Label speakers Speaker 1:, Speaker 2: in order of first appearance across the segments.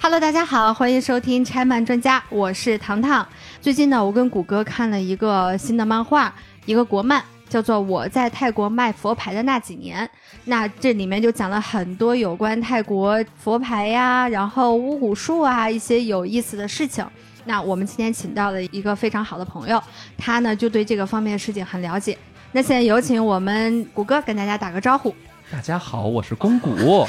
Speaker 1: Hello，大家好，欢迎收听拆漫专家，我是糖糖。最近呢，我跟谷歌看了一个新的漫画，一个国漫，叫做《我在泰国卖佛牌的那几年》。那这里面就讲了很多有关泰国佛牌呀，然后巫蛊术啊一些有意思的事情。那我们今天请到了一个非常好的朋友，他呢就对这个方面的事情很了解。那现在有请我们谷歌跟大家打个招呼。
Speaker 2: 大家好，我是公谷。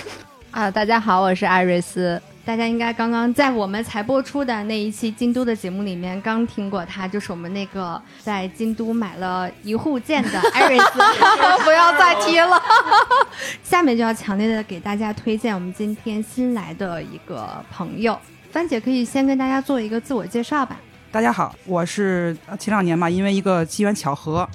Speaker 3: 啊，大家好，我是艾瑞斯。
Speaker 1: 大家应该刚刚在我们才播出的那一期京都的节目里面刚听过他，就是我们那个在京都买了一户建的艾瑞斯。
Speaker 3: 不要再提了。
Speaker 1: 下面就要强烈的给大家推荐我们今天新来的一个朋友，番姐可以先跟大家做一个自我介绍吧。
Speaker 4: 大家好，我是呃前两年吧，因为一个机缘巧合，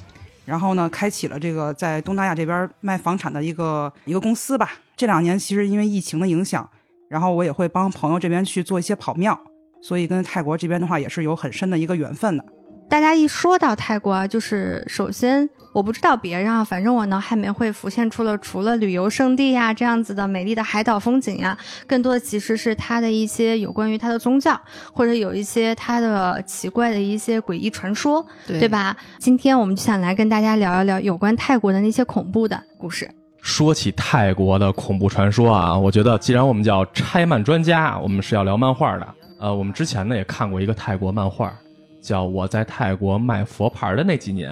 Speaker 4: 然后呢，开启了这个在东南亚这边卖房产的一个一个公司吧。这两年其实因为疫情的影响，然后我也会帮朋友这边去做一些跑庙，所以跟泰国这边的话也是有很深的一个缘分的。
Speaker 1: 大家一说到泰国啊，就是首先我不知道别人啊，反正我脑海里面会浮现出了除了旅游胜地呀、这样子的美丽的海岛风景呀、更多的其实是它的一些有关于它的宗教，或者有一些它的奇怪的一些诡异传说，
Speaker 3: 对
Speaker 1: 对吧？今天我们就想来跟大家聊一聊有关泰国的那些恐怖的故事。
Speaker 2: 说起泰国的恐怖传说啊，我觉得既然我们叫拆漫专家，我们是要聊漫画的。呃，我们之前呢也看过一个泰国漫画，叫《我在泰国卖佛牌的那几年》。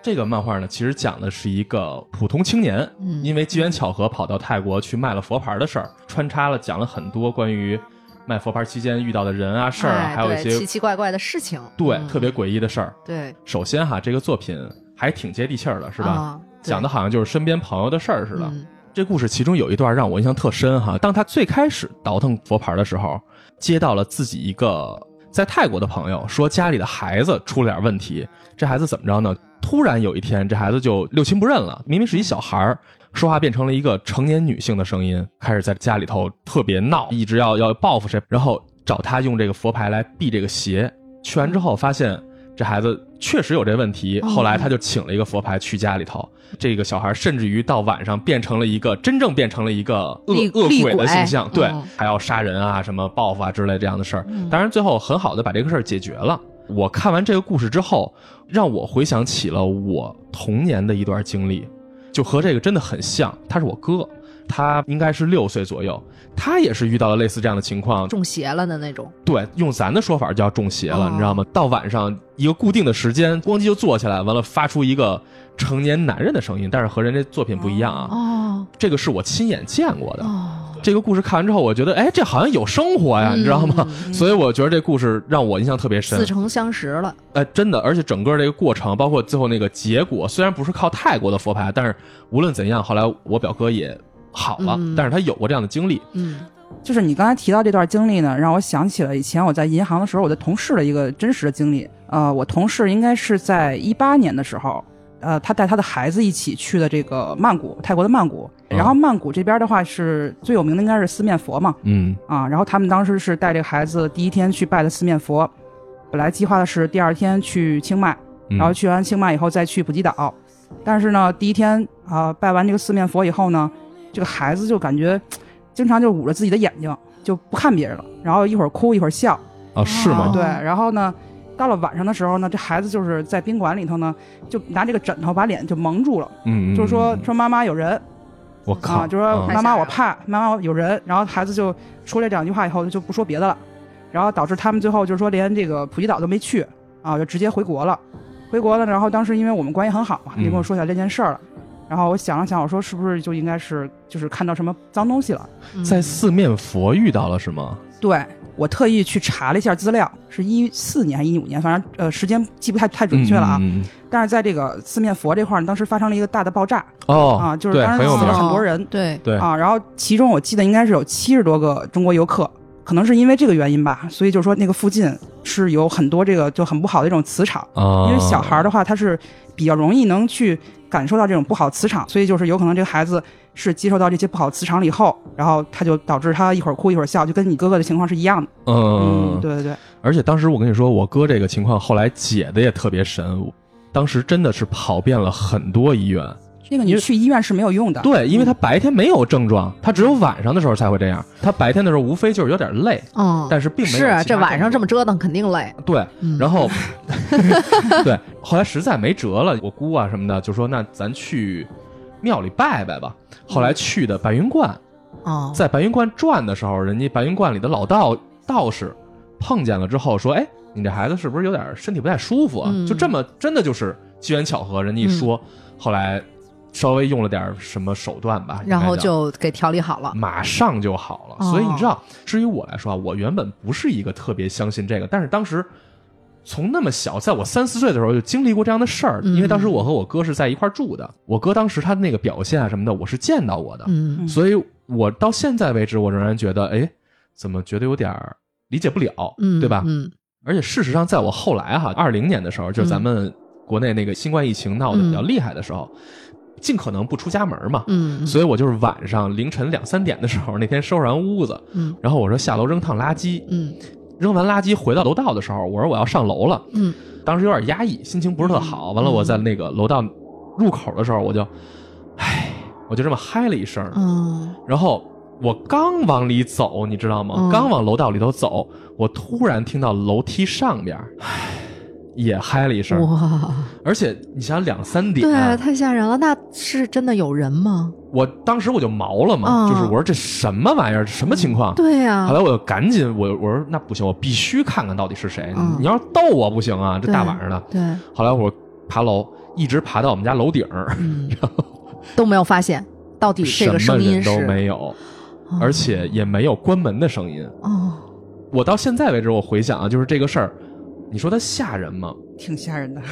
Speaker 2: 这个漫画呢，其实讲的是一个普通青年，
Speaker 3: 嗯
Speaker 2: 因为机缘巧合跑到泰国去卖了佛牌的事儿，穿插了讲了很多关于卖佛牌期间遇到的人啊、事儿啊，
Speaker 3: 哎
Speaker 2: 还有一
Speaker 3: 对
Speaker 2: 些
Speaker 3: 奇奇怪怪的事情。
Speaker 2: 对、
Speaker 3: 嗯
Speaker 2: 特别诡异的事儿。
Speaker 3: 对，
Speaker 2: 首先哈，这个作品还挺接地气儿的，是吧？
Speaker 3: 啊对
Speaker 2: 讲的好像就是身边朋友的事儿似的。
Speaker 3: 嗯
Speaker 2: 这故事其中有一段让我印象特深哈，当他最开始倒腾佛牌的时候，接到了自己一个在泰国的朋友说家里的孩子出了点问题，这孩子怎么着呢？突然有一天，这孩子就六亲不认了，明明是一小孩儿。说话变成了一个成年女性的声音，开始在家里头特别闹，一直要要报复谁，然后找他用这个佛牌来避这个邪。去完之后发现这孩子确实有这问题，
Speaker 3: 嗯
Speaker 2: 后来他就请了一个佛牌去家里头。这个小孩甚至于到晚上变成了一个真正变成了一个恶
Speaker 3: 厉
Speaker 2: 恶
Speaker 3: 厉
Speaker 2: 鬼的
Speaker 3: 鬼
Speaker 2: 形象，对
Speaker 3: 嗯，
Speaker 2: 还要杀人啊、什么报复啊之类这样的事儿。
Speaker 3: 嗯
Speaker 2: 当然，最后很好的把这个事儿解决了。我看完这个故事之后，让我回想起了我童年的一段经历，就和这个真的很像。他是我哥，他应该是六岁左右，他也是遇到了类似这样的情况。
Speaker 3: 中邪了的那种。
Speaker 2: 对，用咱的说法叫中邪了，
Speaker 3: 哦
Speaker 2: 你知道吗？到晚上一个固定的时间，咣叽就坐起来，完了发出一个成年男人的声音，但是和人家作品不一样啊。
Speaker 3: 哦
Speaker 2: 这个是我亲眼见过的。
Speaker 3: 哦，
Speaker 2: 这个故事看完之后，我觉得，哎，这好像有生活哎呀，
Speaker 3: 嗯
Speaker 2: 你知道吗？
Speaker 4: 嗯
Speaker 2: 所以我觉得这故事让我印象特别深
Speaker 3: 似。曾相识了。
Speaker 2: 哎，真的，而且整个这个过程，包括最后那个结果，虽然不是靠泰国的佛牌，但是无论怎样，后来我表哥也好了，
Speaker 3: 嗯
Speaker 2: 但是他有过这样的经历。
Speaker 3: 嗯
Speaker 4: 就是你刚才提到这段经历呢，让我想起了以前我在银行的时候，我的同事的一个真实的经历。呃，我同事应该是在一八年的时候，呃，他带他的孩子一起去的这个曼谷，泰国的曼谷。
Speaker 2: 嗯
Speaker 4: 然后曼谷这边的话是最有名的应该是四面佛嘛，
Speaker 2: 嗯
Speaker 4: 啊，然后他们当时是带这个孩子第一天去拜的四面佛，本来计划的是第二天去清迈，
Speaker 2: 嗯
Speaker 4: 然后去完清迈以后再去普吉岛。但是呢，第一天啊、拜完这个四面佛以后呢，这个孩子就感觉嗯经常就捂着自己的眼睛，就不看别人了，然后一会儿哭一会儿笑。
Speaker 2: 啊，是
Speaker 3: 哦
Speaker 2: 吗？
Speaker 4: 对，然后呢，到了晚上的时候呢，这孩子就是在宾馆里头呢，就拿这个枕头把脸就蒙住了，
Speaker 2: 嗯，嗯
Speaker 4: 就是说
Speaker 2: 嗯嗯
Speaker 4: 说妈妈有人
Speaker 2: 我靠，
Speaker 4: 啊，就说
Speaker 2: 嗯
Speaker 4: 妈妈我怕，妈妈有人。然后孩子就说这两句话以后就不说别的了，然后导致他们最后就是说连这个普吉岛都没去啊，就直接回国了。回国了，然后当时因为我们关系很好嘛，
Speaker 2: 嗯
Speaker 4: 你跟我说起来这件事儿了。然后我想了想，我说是不是就应该是就是看到什么脏东西了？
Speaker 3: 嗯
Speaker 2: 在四面佛遇到了是吗？
Speaker 4: 对我特意去查了一下资料，是一四年还是一五年，反正呃时间记不太太准确了啊。
Speaker 2: 嗯嗯嗯
Speaker 4: 但是在这个四面佛这块儿呢，当时发生了一个大的爆炸、
Speaker 2: 哦
Speaker 4: 啊，就是
Speaker 2: 对
Speaker 4: 当时
Speaker 2: 很有
Speaker 4: 死
Speaker 2: 名
Speaker 4: 了
Speaker 2: 儿，
Speaker 4: 很多人。
Speaker 3: 对
Speaker 2: 对
Speaker 4: 啊，然后其中我记得应该是有七十多个中国游客，可能是因为这个原因吧，所以就说那个附近是有很多这个就很不好的这种磁场，
Speaker 2: 啊
Speaker 4: 因为小孩儿的话他是比较容易能去感受到这种不好磁场，所以就是有可能这个孩子是接受到这些不好磁场了以后，然后他就导致他一会儿哭一会儿笑，就跟你哥哥的情况是一样的。
Speaker 2: 嗯，
Speaker 4: 对对对，
Speaker 2: 而且当时我跟你说，我哥这个情况后来解的也特别神，当时真的是跑遍了很多医院，
Speaker 4: 那个
Speaker 2: 因
Speaker 4: 你
Speaker 2: 为
Speaker 4: 去医院是没有用的。
Speaker 2: 对，因为他白天没有症状，他只有晚上的时候才会这样。他白天的时候无非就是有点累，
Speaker 3: 嗯，
Speaker 2: 但是并没有
Speaker 3: 是
Speaker 2: 其他
Speaker 3: 这晚上
Speaker 2: 症
Speaker 3: 这么折腾，肯定累。
Speaker 2: 状对。
Speaker 3: 嗯
Speaker 2: 然后， 对，后来实在没辙了，我姑啊什么的就说：“那咱去庙里拜拜吧。”后来去的白云观，
Speaker 3: 哦，
Speaker 2: 在白云观转的时候，人家白云观里的老道道士碰见了之后说：“哎，你这孩子是不是有点身体不太舒服啊？”
Speaker 3: 嗯
Speaker 2: 就这么真的就是机缘巧合，人家一说，后来稍微用了点什么手段吧，
Speaker 3: 然后
Speaker 2: 应该叫
Speaker 3: 就给调理好了。
Speaker 2: 马上就好了。
Speaker 3: 哦
Speaker 2: 所以你知道，至于我来说啊，我原本不是一个特别相信这个，但是当时。从那么小，在我三四岁的时候就经历过这样的事儿，
Speaker 3: 嗯
Speaker 2: 因为当时我和我哥是在一块儿住的，我哥当时他那个表现啊什么的，我是见到过的，
Speaker 3: 嗯
Speaker 2: 所以我到现在为止，我仍然觉得，哎，怎么觉得有点儿理解不了，
Speaker 3: 嗯，
Speaker 2: 对吧？
Speaker 3: 嗯
Speaker 2: 而且事实上，在我后来哈，二零年的时候，就是咱们国内那个新冠疫情闹得比较厉害的时候，尽可能不出家门嘛。
Speaker 3: 嗯，
Speaker 2: 所以我就是晚上凌晨两三点的时候，那天收拾完屋子，
Speaker 3: 嗯
Speaker 2: 然后我说下楼扔趟垃圾，
Speaker 3: 嗯
Speaker 2: 扔完垃圾回到楼道的时候，我说我要上楼了，
Speaker 3: 嗯
Speaker 2: 当时有点压抑，心情不是特好。完了，我在那个楼道入口的时候，我就，唉，我就这么嗨了一声，
Speaker 3: 嗯
Speaker 2: 然后我刚往里走，你知道吗？
Speaker 3: 嗯
Speaker 2: 刚往楼道里头走，我突然听到楼梯上边儿，唉，也嗨了一声。
Speaker 3: 哇，
Speaker 2: 而且你想两三点，啊
Speaker 3: 对，啊太吓人了。那是真的有人吗？
Speaker 2: 我当时我就毛了
Speaker 3: 嗯
Speaker 2: 嘛，就是我说这什么玩意儿，什么情况？
Speaker 3: 对啊呀、
Speaker 2: 后来我就赶紧，我我说那不行，我必须看看到底是谁。
Speaker 3: 嗯
Speaker 2: 你要是逗我不行啊，这大晚上的。
Speaker 3: 对，
Speaker 2: 后来我爬楼，一直爬到我们家楼顶儿，
Speaker 3: 嗯，都没有发现到底这个
Speaker 2: 什么
Speaker 3: 声音
Speaker 2: 人
Speaker 3: 是
Speaker 2: 都，没有，
Speaker 3: 嗯
Speaker 2: 而且也没有关门的声音。
Speaker 3: 哦，
Speaker 2: 我到现在为止，我回想啊，就是这个事儿，你说它吓人吗？
Speaker 4: 嗯挺吓人的。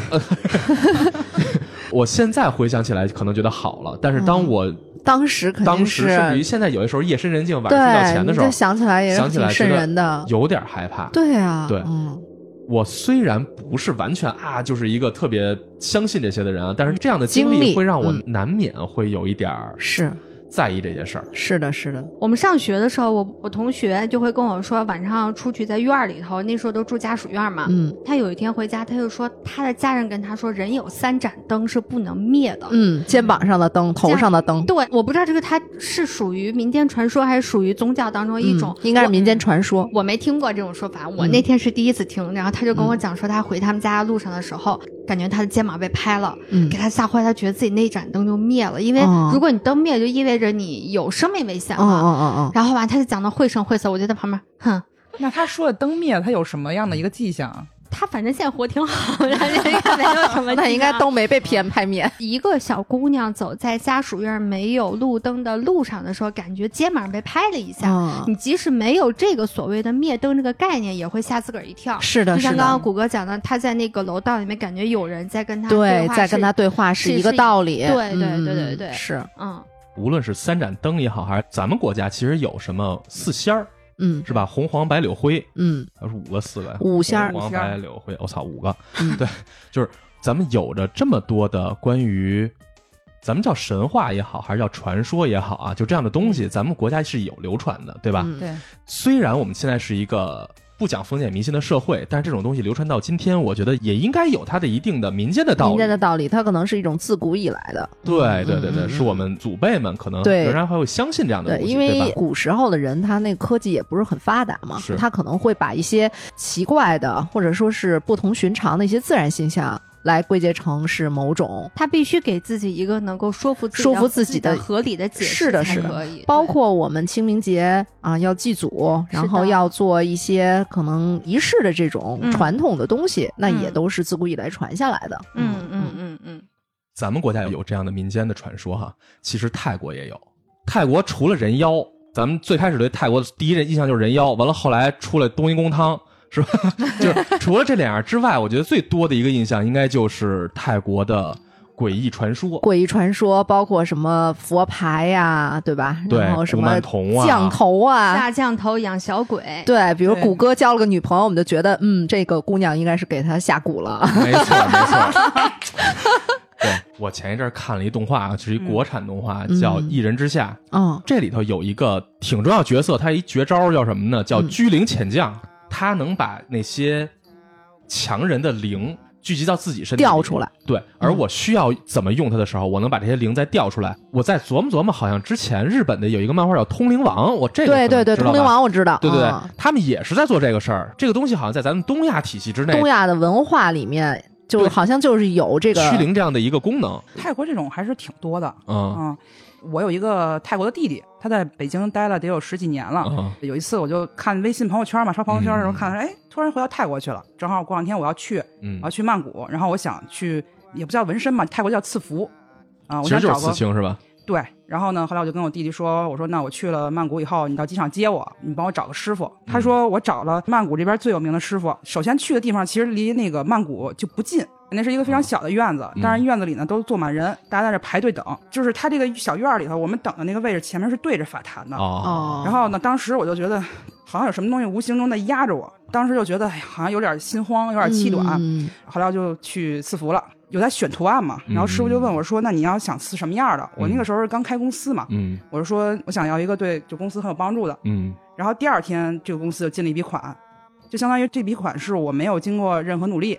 Speaker 2: 我现在回想起来，可能觉得好了，但是当
Speaker 3: 嗯
Speaker 2: 我、
Speaker 3: 当时肯定
Speaker 2: 当时甚至于
Speaker 3: 是
Speaker 2: 现在有些时候夜深人静，晚上睡觉
Speaker 3: 对，
Speaker 2: 前的
Speaker 3: 你
Speaker 2: 时候
Speaker 3: 就，想起来也
Speaker 2: 想
Speaker 3: 是
Speaker 2: 起来
Speaker 3: 挺
Speaker 2: 觉
Speaker 3: 瘆
Speaker 2: 得
Speaker 3: 人的，
Speaker 2: 有点害怕。
Speaker 3: 对啊，
Speaker 2: 对
Speaker 3: 嗯
Speaker 2: 我虽然不是完全啊，就是一个特别相信这些的人啊，但是这样的经
Speaker 3: 经
Speaker 2: 历
Speaker 3: 历
Speaker 2: 会让我
Speaker 3: 嗯
Speaker 2: 难免会有一点儿
Speaker 3: 是
Speaker 2: 在意这些事儿。
Speaker 3: 是的，是的，
Speaker 1: 我们上学的时候，我我同学就会跟我说，晚上出去在院儿里头，那时候都住家属院嘛。
Speaker 3: 嗯
Speaker 1: 他有一天回家，他就说他的家人跟他说，人有三盏灯是不能灭的。
Speaker 3: 嗯，肩膀上的灯，头上的灯，
Speaker 1: 对，我不知道这个它是属于民间传说还是属于宗教当中一种，
Speaker 3: 嗯应该是民间传说，
Speaker 1: 我没听过这种说法，我
Speaker 3: 嗯
Speaker 1: 那天是第一次听。然后他就跟我讲说，他回他们家路上的时候，感觉他的肩膀被拍了，
Speaker 3: 嗯
Speaker 1: 给他吓坏，他觉得自己那盏灯就灭了，因为
Speaker 3: 哦
Speaker 1: 如果你灯灭，就意味着你有生命危 险
Speaker 3: 嗯嗯
Speaker 1: 了。
Speaker 3: 嗯嗯，
Speaker 1: 然后吧，他就讲的绘声绘色，我就在旁边，哼。
Speaker 5: 那他说的灯灭，他有什么样的一个迹象啊？
Speaker 1: 他反正现在活挺好的， 应该没有什么。
Speaker 3: 那应该都没被偏 拍灭，
Speaker 1: 一个小姑娘走在家属院没有路灯的路上的时候，感觉肩膀被拍了一下，
Speaker 3: 嗯，
Speaker 1: 你即使没有这个所谓的灭灯这个概念，也会吓自个儿一跳。
Speaker 3: 是的，
Speaker 1: 就是像刚刚
Speaker 3: 的，
Speaker 1: 谷歌讲的，他在那个楼道里面感觉有人在跟他
Speaker 3: 对，
Speaker 1: 话
Speaker 3: 在跟他对话是
Speaker 1: 是
Speaker 3: 一个
Speaker 1: 是
Speaker 3: 道理，
Speaker 1: 对对
Speaker 3: 嗯
Speaker 1: 对对对
Speaker 3: 是，
Speaker 1: 嗯，
Speaker 2: 无论是三盏灯也好，还是咱们国家其实有什么四仙儿
Speaker 3: 嗯
Speaker 2: 是吧？红黄白柳灰，
Speaker 3: 嗯
Speaker 2: 还是五个四个呀？
Speaker 3: 五仙儿
Speaker 2: 红黄白柳灰，我操，五个。
Speaker 3: 嗯
Speaker 2: 对，就是咱们有着这么多的关于，咱们叫神话也好，还是叫传说也好啊，就这样的东西，咱们国家是有流传的，对吧？
Speaker 3: 嗯
Speaker 5: 对，
Speaker 2: 虽然我们现在是一个。不讲封建迷信的社会，但是这种东西流传到今天，我觉得也应该有它的一定的民间的道
Speaker 3: 民
Speaker 2: 理
Speaker 3: 间。的道理，它可能是一种自古以来的，
Speaker 2: 对对对
Speaker 3: 嗯嗯
Speaker 2: 对，
Speaker 3: 嗯
Speaker 2: 是我们祖辈们可能
Speaker 3: 对
Speaker 2: 仍然还会相信这样的
Speaker 3: 对，
Speaker 2: 东西，
Speaker 3: 因
Speaker 2: 对
Speaker 3: 为
Speaker 2: 吧？
Speaker 3: 古时候的人，他那个科技也不是很发达嘛
Speaker 2: 是，
Speaker 3: 他可能会把一些奇怪的或者说是不同寻常的一些自然现象来归结成是某种。
Speaker 1: 他必须给自己一个能够说服自己
Speaker 3: 说服自
Speaker 1: 自
Speaker 3: 己的
Speaker 1: 的合理的解释，
Speaker 3: 是的是的
Speaker 1: 可以，
Speaker 3: 包括我们清明节啊，要祭祖，
Speaker 1: 是的
Speaker 3: 然后要做一些可能仪式的这种
Speaker 1: 嗯
Speaker 3: 传统的东西，那也
Speaker 1: 嗯
Speaker 3: 都是自古以来传下来的。
Speaker 1: 对嗯嗯嗯嗯，
Speaker 2: 咱们国家有这样的民间的传说哈，其实泰国也有。泰国除了人妖，咱们最开始对泰国的第一印象就是人妖，完了后来出了冬阴功汤，是吧？ 就是除了这两样之外，我觉得最多的一个印象应该就是泰国的诡异传说。
Speaker 3: 诡异传说包括什么佛牌呀、对吧？
Speaker 2: 对
Speaker 3: 然后什
Speaker 2: 古
Speaker 3: 么
Speaker 2: 曼童啊
Speaker 3: 降头啊，
Speaker 1: 大降头养小鬼，
Speaker 3: 对，比如
Speaker 5: 对
Speaker 3: 谷歌交了个女朋友，我们就觉得，嗯，这个姑娘应该是给他下蛊了。
Speaker 2: 没错，没错。 对我前一阵儿看了一动画，啊是一国产动画，
Speaker 3: 嗯
Speaker 2: 叫《一人之下》。
Speaker 3: 嗯
Speaker 2: 这里头有一个挺重要角色，他一绝招叫什么呢？叫
Speaker 3: 嗯
Speaker 2: 居灵遣将，他能把那些强人的灵聚集到自己身体里
Speaker 3: 调出来。
Speaker 2: 对，而我需要怎么用它的时候，我能把这些灵再调出来。我再琢磨琢磨，好像之前日本的有一个漫画叫《通灵王》，我这个
Speaker 3: 对
Speaker 2: 可
Speaker 3: 对
Speaker 2: 能
Speaker 3: 对，
Speaker 2: 知道
Speaker 3: 通灵
Speaker 2: 吧，
Speaker 3: 王我知道，
Speaker 2: 对对对
Speaker 3: 嗯，
Speaker 2: 他们也是在做这个事儿。这个东西好像在咱们东亚体系之内，
Speaker 3: 东亚的文化里面就
Speaker 2: 对
Speaker 3: 好像就是有这个
Speaker 2: 驱灵这样的一个功能，
Speaker 4: 泰国这种还是挺多的。
Speaker 2: 嗯
Speaker 4: 嗯，我有一个泰国的弟弟，他在北京待了得有十几年
Speaker 3: 啊
Speaker 4: 了。
Speaker 2: 嗯
Speaker 4: 有一次我就看微信朋友圈嘛，刷朋友圈的时候
Speaker 2: 嗯
Speaker 4: 看，哎，突然回到泰国去了。正好过两天我要去，
Speaker 2: 嗯
Speaker 4: 我
Speaker 3: 啊
Speaker 4: 要，去曼谷，然后我想去，也不叫纹身嘛，泰国叫赐福啊、我
Speaker 2: 其实
Speaker 4: 想
Speaker 2: 就
Speaker 4: 找
Speaker 2: 是
Speaker 4: 个
Speaker 2: 刺青是吧？
Speaker 4: 对。然后呢，后来我就跟我弟弟说，我说那我去了曼谷以后，你到机场接我，你帮我找个师傅。他说我找了曼谷这边最有名的师傅，首先去的地方其实离那个曼谷就不近。那是一个非常小的院子，当然院子里呢都坐满人，大家在这排队等。就是他这个小院儿里头，我们等的那个位置前面是对着法坛的，
Speaker 2: 哦，
Speaker 3: 哦，
Speaker 4: 然后呢，当时我就觉得好像有什么东西无形中在压着我，当时就觉得哎呀，好像有点心慌，有点气短。
Speaker 3: 嗯
Speaker 4: 后来我就去赐福了，有在选图案嘛。
Speaker 2: 嗯
Speaker 4: 然后师傅就问我说：“那你要想赐什么样的？”我那个时候是刚开公司嘛，
Speaker 2: 嗯
Speaker 4: 我就说我想要一个对就公司很有帮助的。
Speaker 2: 嗯
Speaker 4: 然后第二天这个公司就进了一笔款，就相当于这笔款是我没有经过任何努力，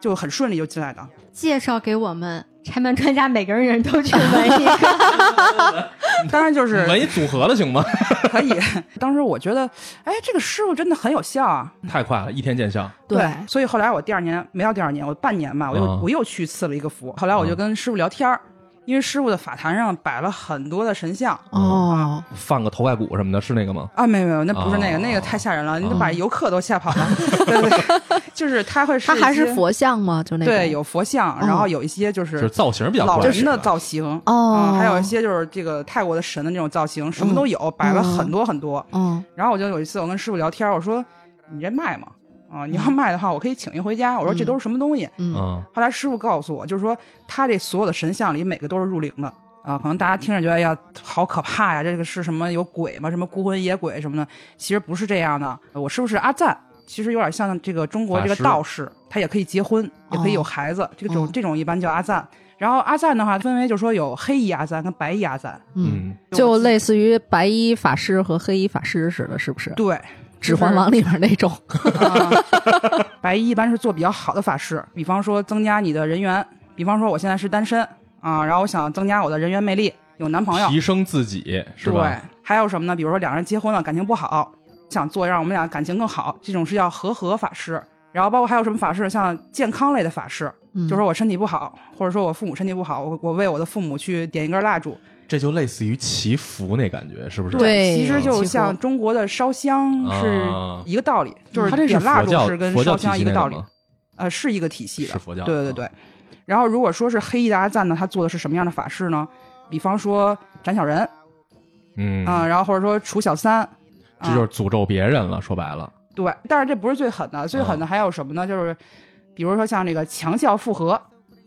Speaker 4: 就很顺利就进来的。
Speaker 1: 介绍给我们拆漫专家，每个人都去纹一个。
Speaker 2: 嗯
Speaker 4: 当然就是
Speaker 2: 纹一组合了行吗？
Speaker 4: 可以。 当时我觉得，哎，这个师傅真的很有效啊。
Speaker 2: 太快了，一天见效。
Speaker 3: 对，
Speaker 4: 所以后来我第二年没到第二年，我半年吧，我又、
Speaker 2: 嗯
Speaker 4: 我又去刺了一个符。后来我就跟师傅聊天儿，因为师傅的法坛上摆了很多的神像
Speaker 3: 哦，
Speaker 2: 放个头盖骨什么的，是那个吗？
Speaker 4: 啊，没有没有，那不是那个，
Speaker 2: 哦
Speaker 4: 那个太吓人了，你都把游客都吓跑了。对对对，就是他会是
Speaker 3: 它还
Speaker 4: 一
Speaker 3: 是
Speaker 4: 些
Speaker 3: 佛像吗？就那种
Speaker 4: 对有佛像，然后有一些就
Speaker 2: 就是
Speaker 4: 是
Speaker 2: 造型比较
Speaker 4: 老
Speaker 2: 怪
Speaker 4: 人的
Speaker 2: 是吧
Speaker 4: 造型
Speaker 3: 哦
Speaker 4: 嗯还有一些就是这个泰国的神的那种造型，什么都有，摆了很多很多。
Speaker 3: 嗯
Speaker 4: 然后我就有一次我跟师傅聊天，我说你这卖吗？啊，你要卖的话，我可以请一回家。我说这都是什么东西？
Speaker 3: 嗯
Speaker 2: 嗯
Speaker 4: 后来师傅告诉我，就是说他这所有的神像里每个都是入灵的啊，可能大家听着觉得哎呀好可怕呀，这个是什么有鬼吗？什么孤魂野鬼什么的，其实不是这样的。我师傅是阿赞，其实有点像这个中国这个
Speaker 2: 法师
Speaker 4: 道士，他也可以结婚，也可以有
Speaker 3: 哦
Speaker 4: 孩子，这种
Speaker 3: 哦
Speaker 4: 这种一般叫阿赞。然后阿赞的话分为就说有黑衣阿赞跟白衣阿赞，
Speaker 3: 嗯，
Speaker 2: 嗯，
Speaker 3: 就类似于白衣法师和黑衣法师似的，是不是？《
Speaker 4: 对，啊
Speaker 3: 指环王》里面那种。
Speaker 4: 白衣一般是做比较好的法事，比方说增加你的人缘，比方说我现在是单身啊，然后我想增加我的人缘魅力，有男朋友，
Speaker 2: 提升自己是
Speaker 4: 对
Speaker 2: 吧？，
Speaker 4: 还有什么呢？比如说两个人结婚了，感情不好，想做让我们俩感情更好，这种是叫和合法师。然后包括还有什么法师，像健康类的法师，
Speaker 3: 嗯
Speaker 4: 就是说我身体不好，或者说我父母身体不好，我我为我的父母去点一根蜡烛。
Speaker 2: 这就类似于祈福那感觉，是不是？
Speaker 3: 对
Speaker 4: 其实
Speaker 3: 祈
Speaker 4: 就
Speaker 3: 福
Speaker 4: 像中国的烧香是
Speaker 2: 啊
Speaker 4: 一个道理，就是
Speaker 2: 它这是
Speaker 4: 点蜡
Speaker 2: 佛
Speaker 4: 烛
Speaker 2: 教
Speaker 4: 是跟
Speaker 2: 佛教
Speaker 4: 烧
Speaker 2: 体
Speaker 4: 香
Speaker 2: 系
Speaker 4: 一个
Speaker 2: 那
Speaker 4: 道
Speaker 2: 种
Speaker 4: 理
Speaker 2: 吗，
Speaker 4: 呃，是一个体系的。
Speaker 2: 是佛教
Speaker 4: 对对
Speaker 2: 嗯
Speaker 4: 对。然后如果说是黑衣的阿赞呢，他做的是什么样的法事呢？比方说斩小人
Speaker 2: 嗯
Speaker 4: 啊、然后或者说除小三，啊
Speaker 2: 这就是诅咒别人了。说白了，
Speaker 4: 对，但是这不是最狠的，最狠
Speaker 2: 啊
Speaker 4: 的还有什么呢？就是比如说像这个强效复合，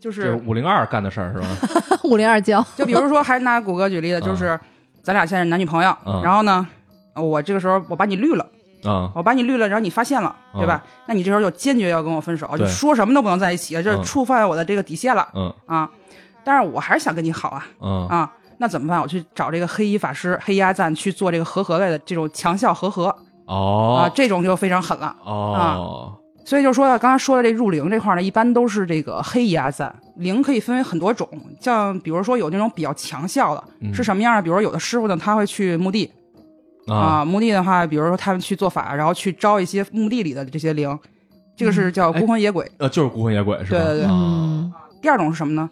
Speaker 4: 就
Speaker 2: 这是
Speaker 4: 是
Speaker 2: 五零二干的事儿是吧？
Speaker 3: 五零二教，
Speaker 4: 就比如说还是拿谷歌举例的，
Speaker 2: 嗯
Speaker 4: 就是咱俩现在是男女朋友，
Speaker 2: 嗯
Speaker 4: 然后呢，我这个时候我把你绿了，
Speaker 2: 啊，
Speaker 4: 我把你绿了，然后你发现了，对吧？那你这时候就坚决要跟我分手，就
Speaker 2: 对
Speaker 4: 说什么都不能在一起，这
Speaker 2: 嗯
Speaker 4: 是触犯我的这个底线了
Speaker 2: 嗯
Speaker 4: 啊！但是我还是想跟你好啊
Speaker 2: 嗯
Speaker 4: 啊！那怎么办？我去找这个黑衣法师、黑衣阿赞去做这个和合类的这种强效和合啊，
Speaker 2: 哦
Speaker 4: 这种就非常狠了。
Speaker 2: 哦
Speaker 4: 所以就说刚才说的这入灵这块呢，一般都是这个黑压赞。灵可以分为很多种，像比如说有那种比较强效的、
Speaker 2: 嗯
Speaker 4: 是什么样的？比如说有的师傅呢，他会去墓地
Speaker 2: 啊，
Speaker 4: 墓地的话，比如说他们去做法，然后去招一些墓地里的这些灵，这个是叫
Speaker 2: 哎
Speaker 4: 孤魂野鬼。
Speaker 2: 呃，就是孤魂野鬼是吧？
Speaker 4: 对对对
Speaker 2: 啊
Speaker 3: 嗯
Speaker 4: 第二种是什么呢？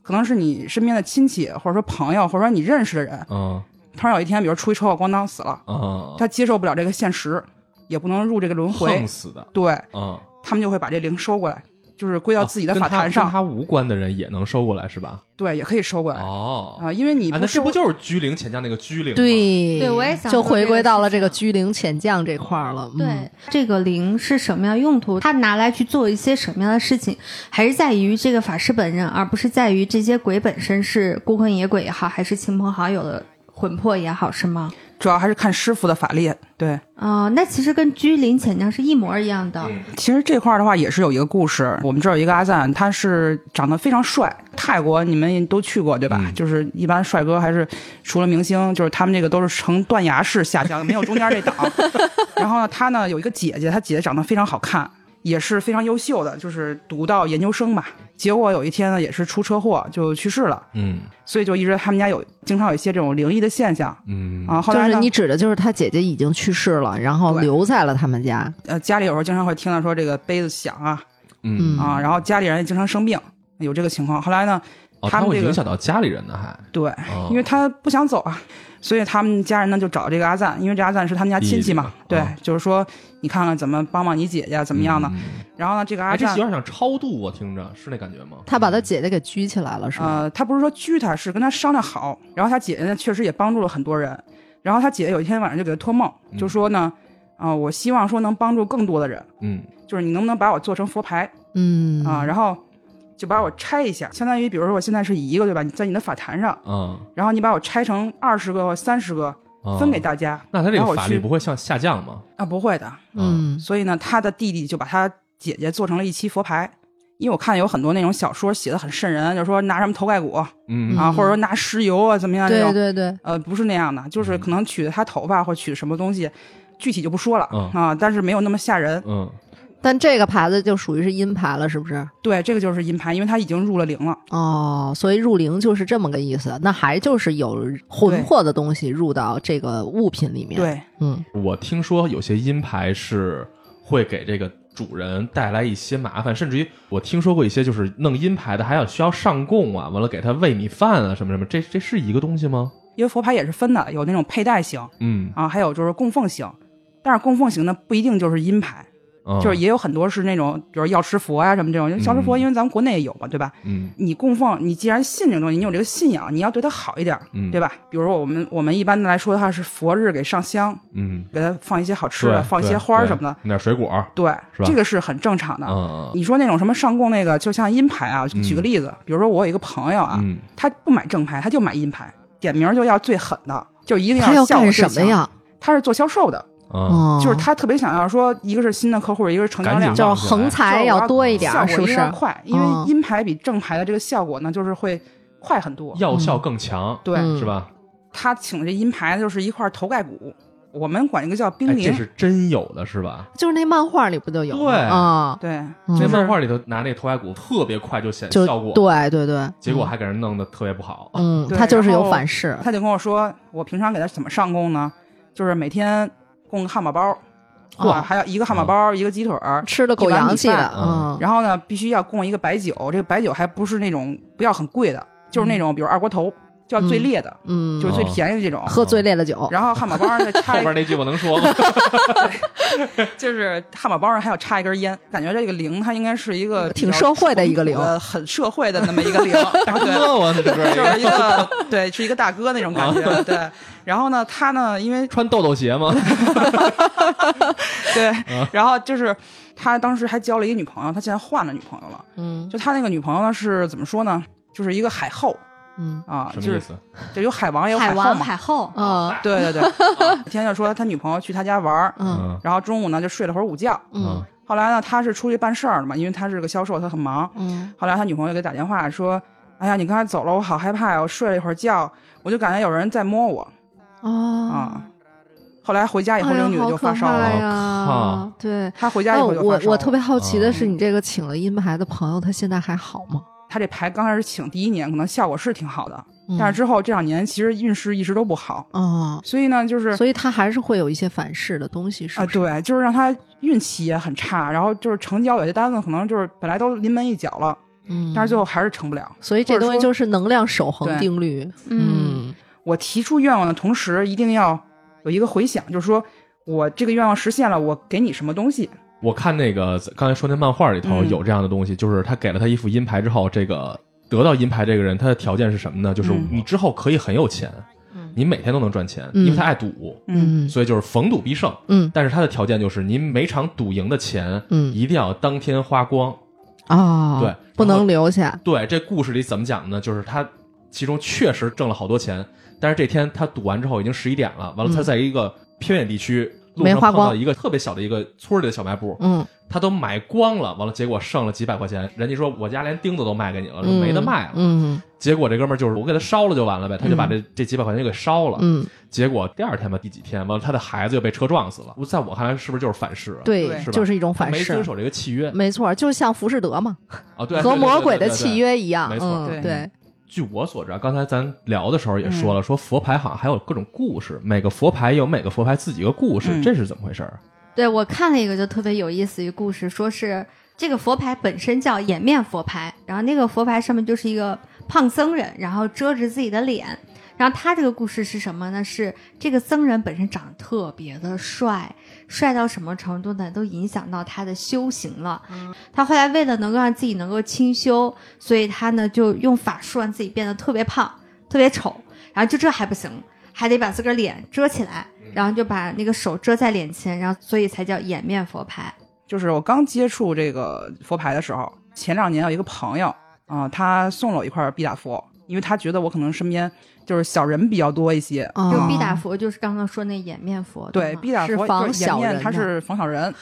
Speaker 4: 可能是你身边的亲戚，或者说朋友，或者说你认识的人，
Speaker 2: 嗯
Speaker 4: 突然有一天，比如出一车祸，咣当死了，
Speaker 2: 嗯，
Speaker 4: 他接受不了这个现实，也不能入这个轮回
Speaker 2: 横，死的，
Speaker 4: 对
Speaker 2: 嗯，
Speaker 4: 他们就会把这灵收过来，就是归到自己的
Speaker 2: 啊跟
Speaker 4: 法
Speaker 2: 他
Speaker 4: 坛上。
Speaker 2: 跟他无关的人也能收过来是吧？
Speaker 4: 对，也可以收过来啊、
Speaker 2: 哦，
Speaker 4: 因为你
Speaker 2: 啊，那这
Speaker 4: 收
Speaker 2: 不就是居灵前将那个居灵吗？
Speaker 3: 对
Speaker 1: 对我也想
Speaker 3: 就
Speaker 1: 说这
Speaker 3: 回
Speaker 1: 个
Speaker 3: 归到了
Speaker 1: 事情
Speaker 3: 这个居灵遣将这块儿了。嗯
Speaker 1: 对，，这个灵是什么样用途？它拿来去做一些什么样的事情，还是在于这个法师本人，而不是在于这些鬼本身是孤魂野鬼也好，还是亲朋好友的魂魄也好，是吗？
Speaker 4: 主要还是看师傅的法力。对，
Speaker 1: 啊、那其实跟居灵潜将是一模一样的。
Speaker 4: 其实这块儿的话也是有一个故事。我们这儿有一个阿赞，他是长得非常帅。泰国你们都去过对吧？
Speaker 2: 嗯
Speaker 4: 就是一般帅哥还是除了明星，就是他们这个都是呈 断崖式下降，没有中间这档。然后呢，他呢有一个姐姐，他姐姐长得非常好看。也是非常优秀的，就是读到研究生嘛。结果有一天呢，也是出车祸就去世了，
Speaker 2: 嗯
Speaker 4: 所以就一直他们家有经常有一些这种灵异的现象
Speaker 2: 嗯
Speaker 4: 啊。后
Speaker 3: 就
Speaker 4: 来
Speaker 3: 是
Speaker 4: 呢，
Speaker 3: 你指的就是他姐姐已经去世了，然后
Speaker 4: 对
Speaker 3: 留在了他们家。
Speaker 4: 呃家里有时候经常会听到说这个杯子响啊
Speaker 2: 嗯
Speaker 3: 嗯
Speaker 4: 啊，然后家里人也经常生病，有这个情况。后来呢，
Speaker 2: 哦，
Speaker 4: 他
Speaker 2: 它
Speaker 4: 们
Speaker 2: 会
Speaker 4: 这个
Speaker 2: 影响到家里人的还，
Speaker 4: 对，
Speaker 2: 哦
Speaker 4: 因为他不想走啊，所以他们家人呢就找这个阿赞，因为这阿赞是他们家亲戚嘛
Speaker 2: 弟弟，
Speaker 4: 对
Speaker 2: 啊，
Speaker 4: 就是说你看看怎么帮帮你姐姐啊怎么样呢？
Speaker 2: 嗯？
Speaker 4: 然后呢，这个阿
Speaker 2: 哎，这
Speaker 4: 赞
Speaker 2: 有。点像超度啊，听着是那感觉吗？
Speaker 3: 他
Speaker 4: 嗯
Speaker 3: 把他姐姐给拘起来了，是吗？
Speaker 4: 呃，他不是说拘他，是跟他商量好。然后他姐姐呢，确实也帮助了很多人。然后他姐姐有一天晚上就给他托梦，
Speaker 2: 嗯
Speaker 4: 就说呢，啊、我希望说能帮助更多的人，
Speaker 2: 嗯
Speaker 4: 就是你能不能把我做成佛牌
Speaker 3: 嗯
Speaker 4: 啊、然后就把我拆一下，相当于比如说我现在是一个对吧？你在你的法坛上，
Speaker 2: 啊，
Speaker 4: 然后你把我拆成二十个或三十个
Speaker 2: 啊
Speaker 4: 分给大家
Speaker 2: 那他这
Speaker 4: 然后
Speaker 2: 个
Speaker 4: 我
Speaker 2: 法力
Speaker 4: 去
Speaker 2: 不会像下降吗？
Speaker 4: 啊，不会的。
Speaker 3: 嗯
Speaker 4: 所以呢，他的弟弟就把他姐姐做成了一期佛牌。因为我看有很多那种小说写的很瘆人，就说拿什么头盖骨啊，
Speaker 2: 嗯
Speaker 3: 嗯
Speaker 4: 或者说拿石油啊，怎么样这种
Speaker 3: 对。对对，
Speaker 4: 呃，不是那样的，就是可能取的他头发或取什么东西，具体就不说了、
Speaker 2: 嗯
Speaker 4: 啊，但是没有那么吓人。
Speaker 2: 嗯
Speaker 3: 但这个牌子就属于是阴牌了，是不是？
Speaker 4: 对，这个就是阴牌，因为他已经入了灵了。
Speaker 3: 哦，所以入灵就是这么个意思。那还就是有魂魄的东西入到这个物品里面。，
Speaker 4: 对，
Speaker 3: 嗯，
Speaker 2: 我听说有些阴牌是会给这个主人带来一些麻烦，甚至于我听说过一些就是弄阴牌的还要需要上供啊，完了给他喂米饭啊什么什么，这这是一个东西吗？
Speaker 4: 因为佛牌也是分的，有那种佩戴型
Speaker 2: 嗯，
Speaker 4: 啊，还有就是供奉型。但是供奉型呢，不一定就是阴牌，
Speaker 2: 啊
Speaker 4: 就是也有很多是那种，比如药师佛啊呀、什么这种。因为药师佛，
Speaker 2: 嗯
Speaker 4: 因为咱们国内也有嘛，对吧？
Speaker 2: 嗯
Speaker 4: 你供奉，你既然信这个东西，你有这个信仰，你要对它好一点，
Speaker 2: 嗯
Speaker 4: 对吧？比如说我们我们一般来说的话是佛日给上香，
Speaker 2: 嗯，
Speaker 4: 给它放一些好吃
Speaker 2: 对
Speaker 4: 的，放一些
Speaker 2: 对
Speaker 4: 花儿
Speaker 2: 对
Speaker 4: 什么的，啊
Speaker 2: 弄点水果儿，
Speaker 4: 对，
Speaker 2: 是吧
Speaker 4: 这个是很正常的。
Speaker 2: 嗯
Speaker 4: 你说那种什么上供那个，就像阴牌啊，
Speaker 2: 嗯
Speaker 4: 举个例子，比如说我有一个朋友啊，
Speaker 2: 嗯，
Speaker 4: 他不买正牌，他就买阴牌，点名就要最狠的，就一定
Speaker 3: 他要
Speaker 4: 效果最
Speaker 3: 干什么
Speaker 4: 强？
Speaker 3: 呀？
Speaker 4: 他是做销售的，
Speaker 2: 啊，
Speaker 3: 哦，
Speaker 4: 就是他特别想要说，一个是新的客户，一个是成交
Speaker 2: 赶紧
Speaker 4: 量。
Speaker 3: 就
Speaker 2: 让
Speaker 3: 是
Speaker 2: 起来
Speaker 3: 横财要多一点
Speaker 4: 效，
Speaker 3: 是
Speaker 4: 果
Speaker 3: 不
Speaker 4: 一
Speaker 3: 是
Speaker 4: 定？要快，因
Speaker 3: 嗯
Speaker 4: 为阴牌比正牌的这个效果呢，就是会快很多。
Speaker 2: 药效更强，
Speaker 4: 对
Speaker 3: 嗯
Speaker 2: 是吧？
Speaker 4: 他请这阴牌就是一块头盖骨，我们管这个叫冰
Speaker 2: 哎，这
Speaker 4: 灵。
Speaker 2: 是真有的是吧？
Speaker 3: 就是那漫画里不就有吗
Speaker 2: 对
Speaker 3: 啊？
Speaker 4: 对，
Speaker 3: 嗯
Speaker 2: 那漫画里头拿那头盖骨特别快就显
Speaker 3: 就嗯
Speaker 2: 效果，
Speaker 3: 对对对，
Speaker 2: 结果还给人弄得特别不好。
Speaker 3: 嗯，
Speaker 4: 对
Speaker 3: 他就是
Speaker 4: 然
Speaker 3: 有
Speaker 4: 后
Speaker 3: 反噬，
Speaker 4: 他就跟我说，我平常给他怎么上供呢？就是每天供个汉堡包，
Speaker 3: 哦
Speaker 4: 啊，还有一个汉堡包，一个鸡腿儿，
Speaker 3: 吃的够
Speaker 4: 一碗
Speaker 3: 洋
Speaker 4: 米
Speaker 3: 气的
Speaker 4: 饭，
Speaker 2: 嗯
Speaker 3: 嗯
Speaker 4: 然后呢，必须要供一个白酒，这个白酒还不是那种不要很贵的，就是那种比如二锅头，就要最烈的，
Speaker 3: 嗯，
Speaker 4: 就是最
Speaker 2: 哦
Speaker 4: 便宜的这种。
Speaker 3: 喝醉烈的酒，
Speaker 4: 然后汉堡包上再
Speaker 2: 后
Speaker 4: 插一
Speaker 2: 边那句我能 说吗？
Speaker 4: 就是汉堡包上还要插一根烟，感觉这个零它应该是一个比
Speaker 3: 呃挺
Speaker 4: 较
Speaker 3: 社会的一个零嗯
Speaker 4: 淳朴的很社会的那么一 个零，
Speaker 2: 大哥，我这
Speaker 4: 对，就
Speaker 2: 边
Speaker 4: 是一个对，是一个大哥那种感
Speaker 3: 嗯
Speaker 4: 觉，对。然后呢，他呢，因为
Speaker 2: 穿豆豆鞋吗？
Speaker 4: 对，
Speaker 3: 嗯
Speaker 4: 然后就是他当时还交了一个女朋友，他现在换了女朋友了。
Speaker 3: 嗯
Speaker 4: 就他那个女朋友呢，是怎么说呢？就是一个海后
Speaker 3: 嗯
Speaker 4: 啊，
Speaker 2: 什
Speaker 4: 就
Speaker 2: 么意
Speaker 4: 是
Speaker 2: 思？
Speaker 4: 就有海王也有
Speaker 1: 海
Speaker 4: 后
Speaker 1: 王
Speaker 4: 嘛。
Speaker 1: 海后，
Speaker 3: 啊
Speaker 4: 对对 对，啊天就说他女朋友去他家玩儿，
Speaker 3: 嗯
Speaker 2: 嗯
Speaker 4: 然后中午呢就睡了会儿午觉。
Speaker 3: 嗯
Speaker 4: 后来呢，他是出去办事儿了嘛，因为他是个销售，他很忙。
Speaker 3: 嗯，
Speaker 4: 后来他女朋友给他打电话说：“哎呀，你刚才走了，我好害怕呀，我睡了一会儿觉，我就感觉有人在摸我
Speaker 3: 哦
Speaker 4: 啊。”后来回家以后，
Speaker 1: 哎
Speaker 4: 这
Speaker 1: 呀
Speaker 4: 个女的
Speaker 1: 好
Speaker 4: 就
Speaker 1: 可
Speaker 4: 发烧了
Speaker 1: 怕。
Speaker 2: 哦
Speaker 1: 呀，对。
Speaker 4: 他回家以
Speaker 3: 那
Speaker 4: 后就发烧
Speaker 3: 我
Speaker 4: 了。
Speaker 3: 哎我特别好奇
Speaker 2: 啊
Speaker 3: 的是，
Speaker 4: 嗯
Speaker 3: 你这个请了阴牌的朋友，他现在还好吗？
Speaker 4: 他这牌刚开始请第一年可能效果是挺好的，
Speaker 3: 嗯
Speaker 4: 但是之后这两年其实运势一直都不好，
Speaker 3: 哦，
Speaker 4: 所以呢，就是
Speaker 3: 所以他还是会有一些反噬的东西，是
Speaker 4: 啊，
Speaker 3: 不是？
Speaker 4: 对，就是让他运气也很差，然后就是成交有些单子可能就是本来都临门一脚了，
Speaker 3: 嗯，
Speaker 4: 但是最后还是成不了。
Speaker 3: 所以这东西就是能量守恒
Speaker 4: 对
Speaker 3: 定律。
Speaker 1: 嗯，
Speaker 4: 我提出愿望的同时，一定要有一个回响，就是说我这个愿望实现了，我给你什么东西？
Speaker 2: 我看那个刚才说那漫画里头
Speaker 4: 嗯
Speaker 2: 有这样的东西，就是他给了他一副阴牌之后，这个得到阴牌这个人他的条件是什么呢？就是
Speaker 4: 嗯
Speaker 2: 你之后可以很有钱，你每天都能赚钱，
Speaker 3: 嗯
Speaker 2: 因为他爱赌，
Speaker 3: 嗯
Speaker 2: 所以就是逢赌必胜。
Speaker 3: 嗯
Speaker 2: 但是他的条件就是您每场赌赢的钱
Speaker 3: 嗯
Speaker 2: 一定要当天花光。
Speaker 3: 哦，
Speaker 2: 对
Speaker 3: 不
Speaker 2: 然后
Speaker 3: 能留下。
Speaker 2: 对，这故事里怎么讲呢？就是他其中确实挣了好多钱，但是这天他赌完之后已经十一点了，完了他在一个偏远地区路
Speaker 3: 嗯没
Speaker 2: 上
Speaker 3: 花
Speaker 2: 碰到
Speaker 3: 光
Speaker 2: 一个特别小的一个村儿里的小卖部，
Speaker 3: 嗯，
Speaker 2: 他都买光了，完了结果剩了几百块钱，人家说我家连钉子都卖给你了，说
Speaker 3: 嗯
Speaker 2: 没得卖了。
Speaker 3: 嗯
Speaker 2: 结果这哥们儿就是我给他烧了就完了呗，他就把这、这几百块钱就给烧了。
Speaker 3: 嗯，
Speaker 2: 结果第二天吧，第几天完了，他的孩子就被车撞死了。我在我看来，是不是就是反噬啊？
Speaker 3: 对
Speaker 5: 对，
Speaker 2: 是吧
Speaker 3: 就是一种
Speaker 2: 他
Speaker 3: 反
Speaker 2: 没遵
Speaker 3: 噬，
Speaker 2: 守这个契
Speaker 4: 嗯
Speaker 2: 约
Speaker 3: 没错，就像浮士德嘛，
Speaker 2: 啊，对，
Speaker 3: 和
Speaker 2: 对
Speaker 3: 魔鬼的契。
Speaker 2: 对对对对对
Speaker 3: 约一样，
Speaker 2: 没错
Speaker 3: 嗯
Speaker 5: 对
Speaker 3: 对，
Speaker 2: 据我所知啊，刚才咱聊的时候也
Speaker 4: 嗯
Speaker 2: 说了，说佛牌好像还有各种故事，每个佛牌有每个佛牌自己一个故事，
Speaker 4: 嗯
Speaker 2: 这是怎么回事儿？
Speaker 1: 对我看了一个就特别有意思一个故事，说是这个佛牌本身叫掩面佛牌，然后那个佛牌上面就是一个胖僧人，然后遮着自己的脸。然后他这个故事是什么呢？是这个僧人本身长得特别的帅，帅到什么程度呢？都影响到他的修行了。他后来为了能够让自己能够清修，所以他呢就用法术让自己变得特别胖、特别丑，然后就这还不行，还得把自个儿脸遮起来，然后就把那个手遮在脸前，然后所以才叫掩面佛牌。
Speaker 4: 就是我刚接触这个佛牌的时候，前两年有一个朋友啊、他送了我一块毕打佛，因为他觉得我可能身边就是小人比较多一些。
Speaker 3: 哦
Speaker 1: 就
Speaker 4: 嗯
Speaker 1: 毕打佛就是刚刚说那掩面佛的
Speaker 4: 对
Speaker 1: 嘛，
Speaker 4: 毕打
Speaker 3: 是
Speaker 4: 佛
Speaker 3: 防
Speaker 4: 就是
Speaker 3: 小
Speaker 4: 颜面
Speaker 3: 人
Speaker 4: 他
Speaker 3: 的
Speaker 4: 是防小人，
Speaker 3: 哦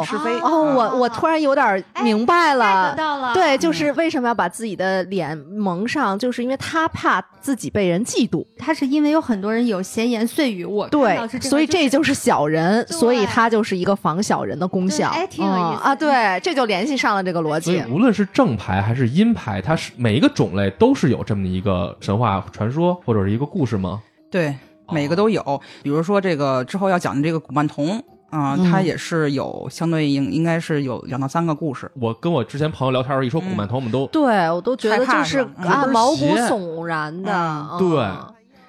Speaker 4: 防是非。
Speaker 3: 哦，
Speaker 4: 嗯
Speaker 3: 我我突然有点
Speaker 1: 哎
Speaker 3: 明白
Speaker 1: get
Speaker 3: 了。
Speaker 1: 到了，
Speaker 3: 对，就是为什么要把自己的脸蒙上，就是因为他怕自己被人嫉妒，
Speaker 1: 他是因为有很多人有闲言碎语，我看到
Speaker 3: 对
Speaker 1: 是，个
Speaker 3: 所以这就是小人，
Speaker 1: 对
Speaker 3: 所以他就是一个防小人的功效，
Speaker 1: 对哎挺有意思
Speaker 3: 嗯啊，对，这就联系上了这个逻
Speaker 2: 所以
Speaker 3: 辑，
Speaker 2: 无论是正牌还是阴牌，它是每一个种类都是有这么一个神话传说或者是一个故事吗？
Speaker 4: 对，每个都有。比如说这个之后要讲的这个古曼童啊，
Speaker 3: 嗯
Speaker 4: 它也是有相对应，应该是有两到三个故事。
Speaker 2: 我跟我之前朋友聊天儿一说古
Speaker 4: 嗯
Speaker 2: 曼童，我们都、
Speaker 3: 对我都觉得
Speaker 4: 害怕
Speaker 3: 就是
Speaker 4: 是吧嗯
Speaker 3: 啊
Speaker 2: 都是
Speaker 3: 毛骨
Speaker 2: 邪
Speaker 3: 悚然的，
Speaker 4: 嗯
Speaker 2: 对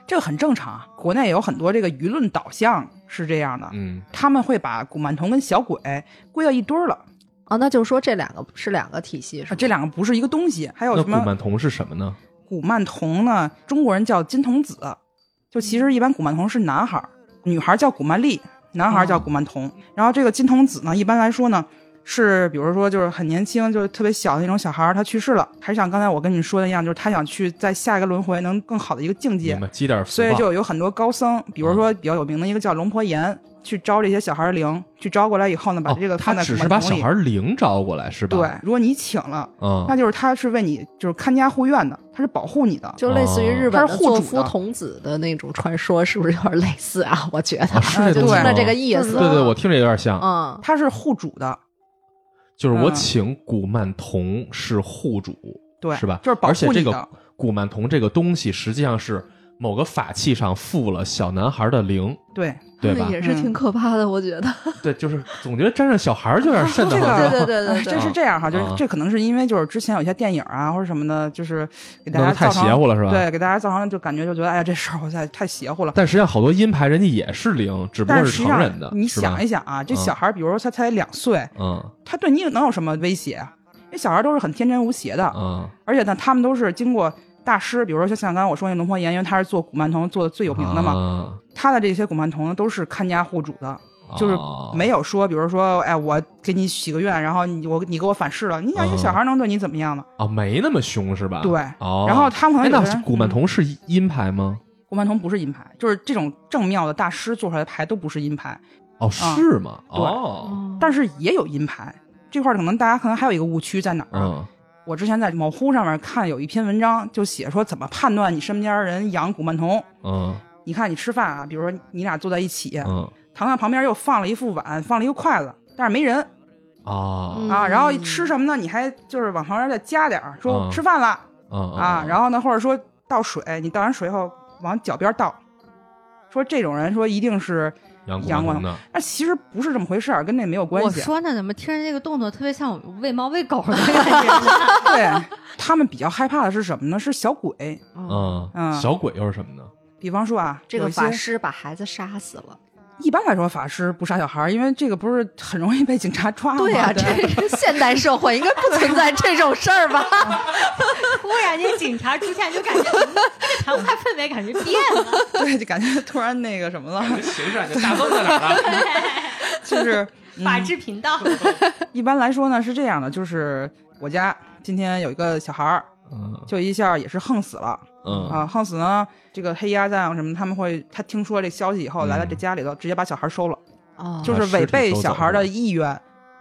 Speaker 4: 这个很正常啊，国内有很多这个舆论导向是这样的，
Speaker 2: 嗯，
Speaker 4: 他们会把古曼童跟小鬼归到一堆儿了，
Speaker 3: 啊，那就是说这两个是两个体系是
Speaker 4: 啊
Speaker 3: 吧？
Speaker 4: 这两个不是一个东西。还有
Speaker 2: 那
Speaker 4: 什
Speaker 2: 古
Speaker 4: 么
Speaker 2: 曼童是什么呢？
Speaker 4: 古曼童呢？中国人叫金童子，就其实一般古曼童是男孩儿，女孩儿叫古曼丽，男孩儿
Speaker 2: 哦
Speaker 4: 叫古曼童。然后这个金童子呢，一般来说呢。是，比如说，就是很年轻，就是特别小的那种小孩儿，他去世了，还是像刚才我跟你说的一样，就是他想去在下一个轮回能更好的一个境
Speaker 2: 你
Speaker 4: 界。
Speaker 2: 们积点福
Speaker 4: 所以
Speaker 2: 报
Speaker 4: 就有很多高僧，比如
Speaker 2: 嗯
Speaker 4: 说比较有名的一个叫龙婆岩，去招这些小孩儿灵，去招过来以后呢，把这
Speaker 2: 哦
Speaker 4: 个
Speaker 2: 他
Speaker 4: 放在
Speaker 2: 只
Speaker 4: 古
Speaker 2: 是
Speaker 4: 曼
Speaker 2: 把
Speaker 4: 童
Speaker 2: 小
Speaker 4: 里
Speaker 2: 孩灵招过来是吧？
Speaker 4: 对，，如果你请了，
Speaker 2: 嗯
Speaker 4: 那，就是他是为你就是看家护院的，他是保护你的。
Speaker 3: 就类似于日本
Speaker 4: 它
Speaker 3: 的
Speaker 4: 是护
Speaker 3: 做啊
Speaker 4: 主
Speaker 3: 夫
Speaker 4: 的
Speaker 3: 童子的那种传说，是不是有点类似啊？我觉得，
Speaker 2: 啊是这
Speaker 3: 啊就
Speaker 2: 东西
Speaker 3: 听
Speaker 2: 吗
Speaker 3: 了这个意思，
Speaker 2: 对对，我听着有点像，啊
Speaker 3: 嗯，
Speaker 4: 他是护主的，
Speaker 2: 就是我
Speaker 4: 嗯
Speaker 2: 请古曼童是护主，
Speaker 4: 对，
Speaker 2: 是吧
Speaker 4: 就是保
Speaker 2: 而且
Speaker 4: 护
Speaker 2: 这
Speaker 4: 你
Speaker 2: 个
Speaker 4: 的，
Speaker 2: 古曼童这个东西实际上是某个法器上附了小男孩的灵，
Speaker 4: 对，
Speaker 2: 对吧？
Speaker 3: 也是挺可怕的，我觉得。
Speaker 2: 对，就是总觉得沾上小孩儿就 有点瘆得慌。
Speaker 4: 这个
Speaker 2: 是
Speaker 3: 对对
Speaker 2: 吧
Speaker 3: 对
Speaker 4: 哎
Speaker 3: 对
Speaker 4: 这是这样哈，就
Speaker 2: 啊
Speaker 4: 是这可能是因为就是之前有一些电影啊或者什么的，就是给大
Speaker 2: 弄
Speaker 4: 家
Speaker 2: 得太
Speaker 4: 造
Speaker 2: 邪
Speaker 4: 成
Speaker 2: 乎了是吧？。
Speaker 4: 对，给大家造成就感觉就觉得哎呀这事儿我太太邪乎了。
Speaker 2: 但实际上好多阴牌人家也是灵，只不
Speaker 4: 但
Speaker 2: 过
Speaker 4: 是实际
Speaker 2: 成
Speaker 4: 上
Speaker 2: 人的，
Speaker 4: 你
Speaker 2: 是吧
Speaker 4: 想一想啊，这
Speaker 2: 嗯
Speaker 4: 小孩儿比如说他才两岁，
Speaker 2: 嗯
Speaker 4: 他对你能有什么威胁啊？那小孩都是很天真无邪的，
Speaker 2: 嗯，
Speaker 4: 而且呢，他们都是经过大师，比如说就像刚才我说那龙婆岩，因为他是做古曼童做的最有名的嘛，
Speaker 2: 嘛，
Speaker 4: 他的这些古曼童都是看家护主的，就是
Speaker 2: 哦
Speaker 4: 没有说，比如说，哎，我给你许个愿，然后你我你给我反噬了，你想一
Speaker 2: 嗯
Speaker 4: 个小孩能对你怎么样呢？
Speaker 2: 啊，没那么凶是吧？
Speaker 4: 对
Speaker 2: 哦，
Speaker 4: 然后他们可
Speaker 2: 哎，
Speaker 4: 能有的
Speaker 2: 那
Speaker 4: 人
Speaker 2: 古
Speaker 4: 嗯
Speaker 2: 曼、童是阴牌吗？
Speaker 4: 古曼童不是阴牌，就是这种正庙的大师做出来的牌都不是阴牌，
Speaker 2: 哦，是吗？哦，
Speaker 1: 哦
Speaker 4: 但是也有阴牌。这块儿可能大家可能还有一个误区在哪儿啊？
Speaker 2: 嗯，
Speaker 4: 我之前在某乎上面看有一篇文章，就写说怎么判断你身边人养古曼童。
Speaker 2: 嗯
Speaker 4: 你看你吃饭啊，比如说你俩坐在一起，
Speaker 2: 嗯
Speaker 4: 糖糖旁边又放了一副碗，放了一个筷子，但是没人
Speaker 2: 啊
Speaker 3: 嗯
Speaker 4: 啊。然后吃什么呢？你还就是往旁边再加点儿，说
Speaker 2: 嗯
Speaker 4: 吃饭了
Speaker 2: 嗯
Speaker 4: 啊。
Speaker 2: 嗯
Speaker 4: 然后呢，或者说倒水，你倒完水后往脚边倒。说这种人说一定是，
Speaker 2: 养古
Speaker 4: 养
Speaker 2: 曼
Speaker 4: 过
Speaker 2: 童的，
Speaker 4: 那其实不是这么回事儿，跟那没有关
Speaker 1: 我
Speaker 4: 系。啊
Speaker 1: 说呢，怎么听着这个动作特别像我喂猫喂狗的感 觉？
Speaker 4: 对他们比较害怕的是什么呢？是小鬼。
Speaker 2: 嗯
Speaker 4: 嗯
Speaker 2: 小鬼又是什么呢？
Speaker 4: 比方说啊，
Speaker 3: 这
Speaker 4: 有
Speaker 3: 个
Speaker 4: 一些
Speaker 3: 法师把孩子杀死了，
Speaker 4: 一般来说法师不杀小孩儿，因为这个不是很容易被警察抓吗？
Speaker 3: 对啊呀、
Speaker 4: 对
Speaker 3: 这是现代社会应该不存在这种事儿吧？
Speaker 1: 突然间警察出现，就感觉嗯这个谈话氛围感觉变了。
Speaker 4: 对，就感觉 突然那个什么了，
Speaker 2: 形式就大灯在哪儿了？
Speaker 4: 就是
Speaker 1: 法制频道，
Speaker 4: 一般来说呢是这样的，就是我家今天有一个小孩儿，
Speaker 2: 嗯
Speaker 4: 就一下也是横死了
Speaker 2: 嗯
Speaker 4: 啊，横死呢，这个黑鸭蛋什么他们会，他听说这消息以后来到这家里头，直接把小孩收了，
Speaker 3: 哦，
Speaker 4: 就
Speaker 2: 嗯啊
Speaker 4: 是
Speaker 2: 实
Speaker 4: 违
Speaker 2: 体
Speaker 4: 背
Speaker 2: 收
Speaker 4: 小
Speaker 2: 走
Speaker 4: 孩儿的
Speaker 2: 了
Speaker 4: 意愿，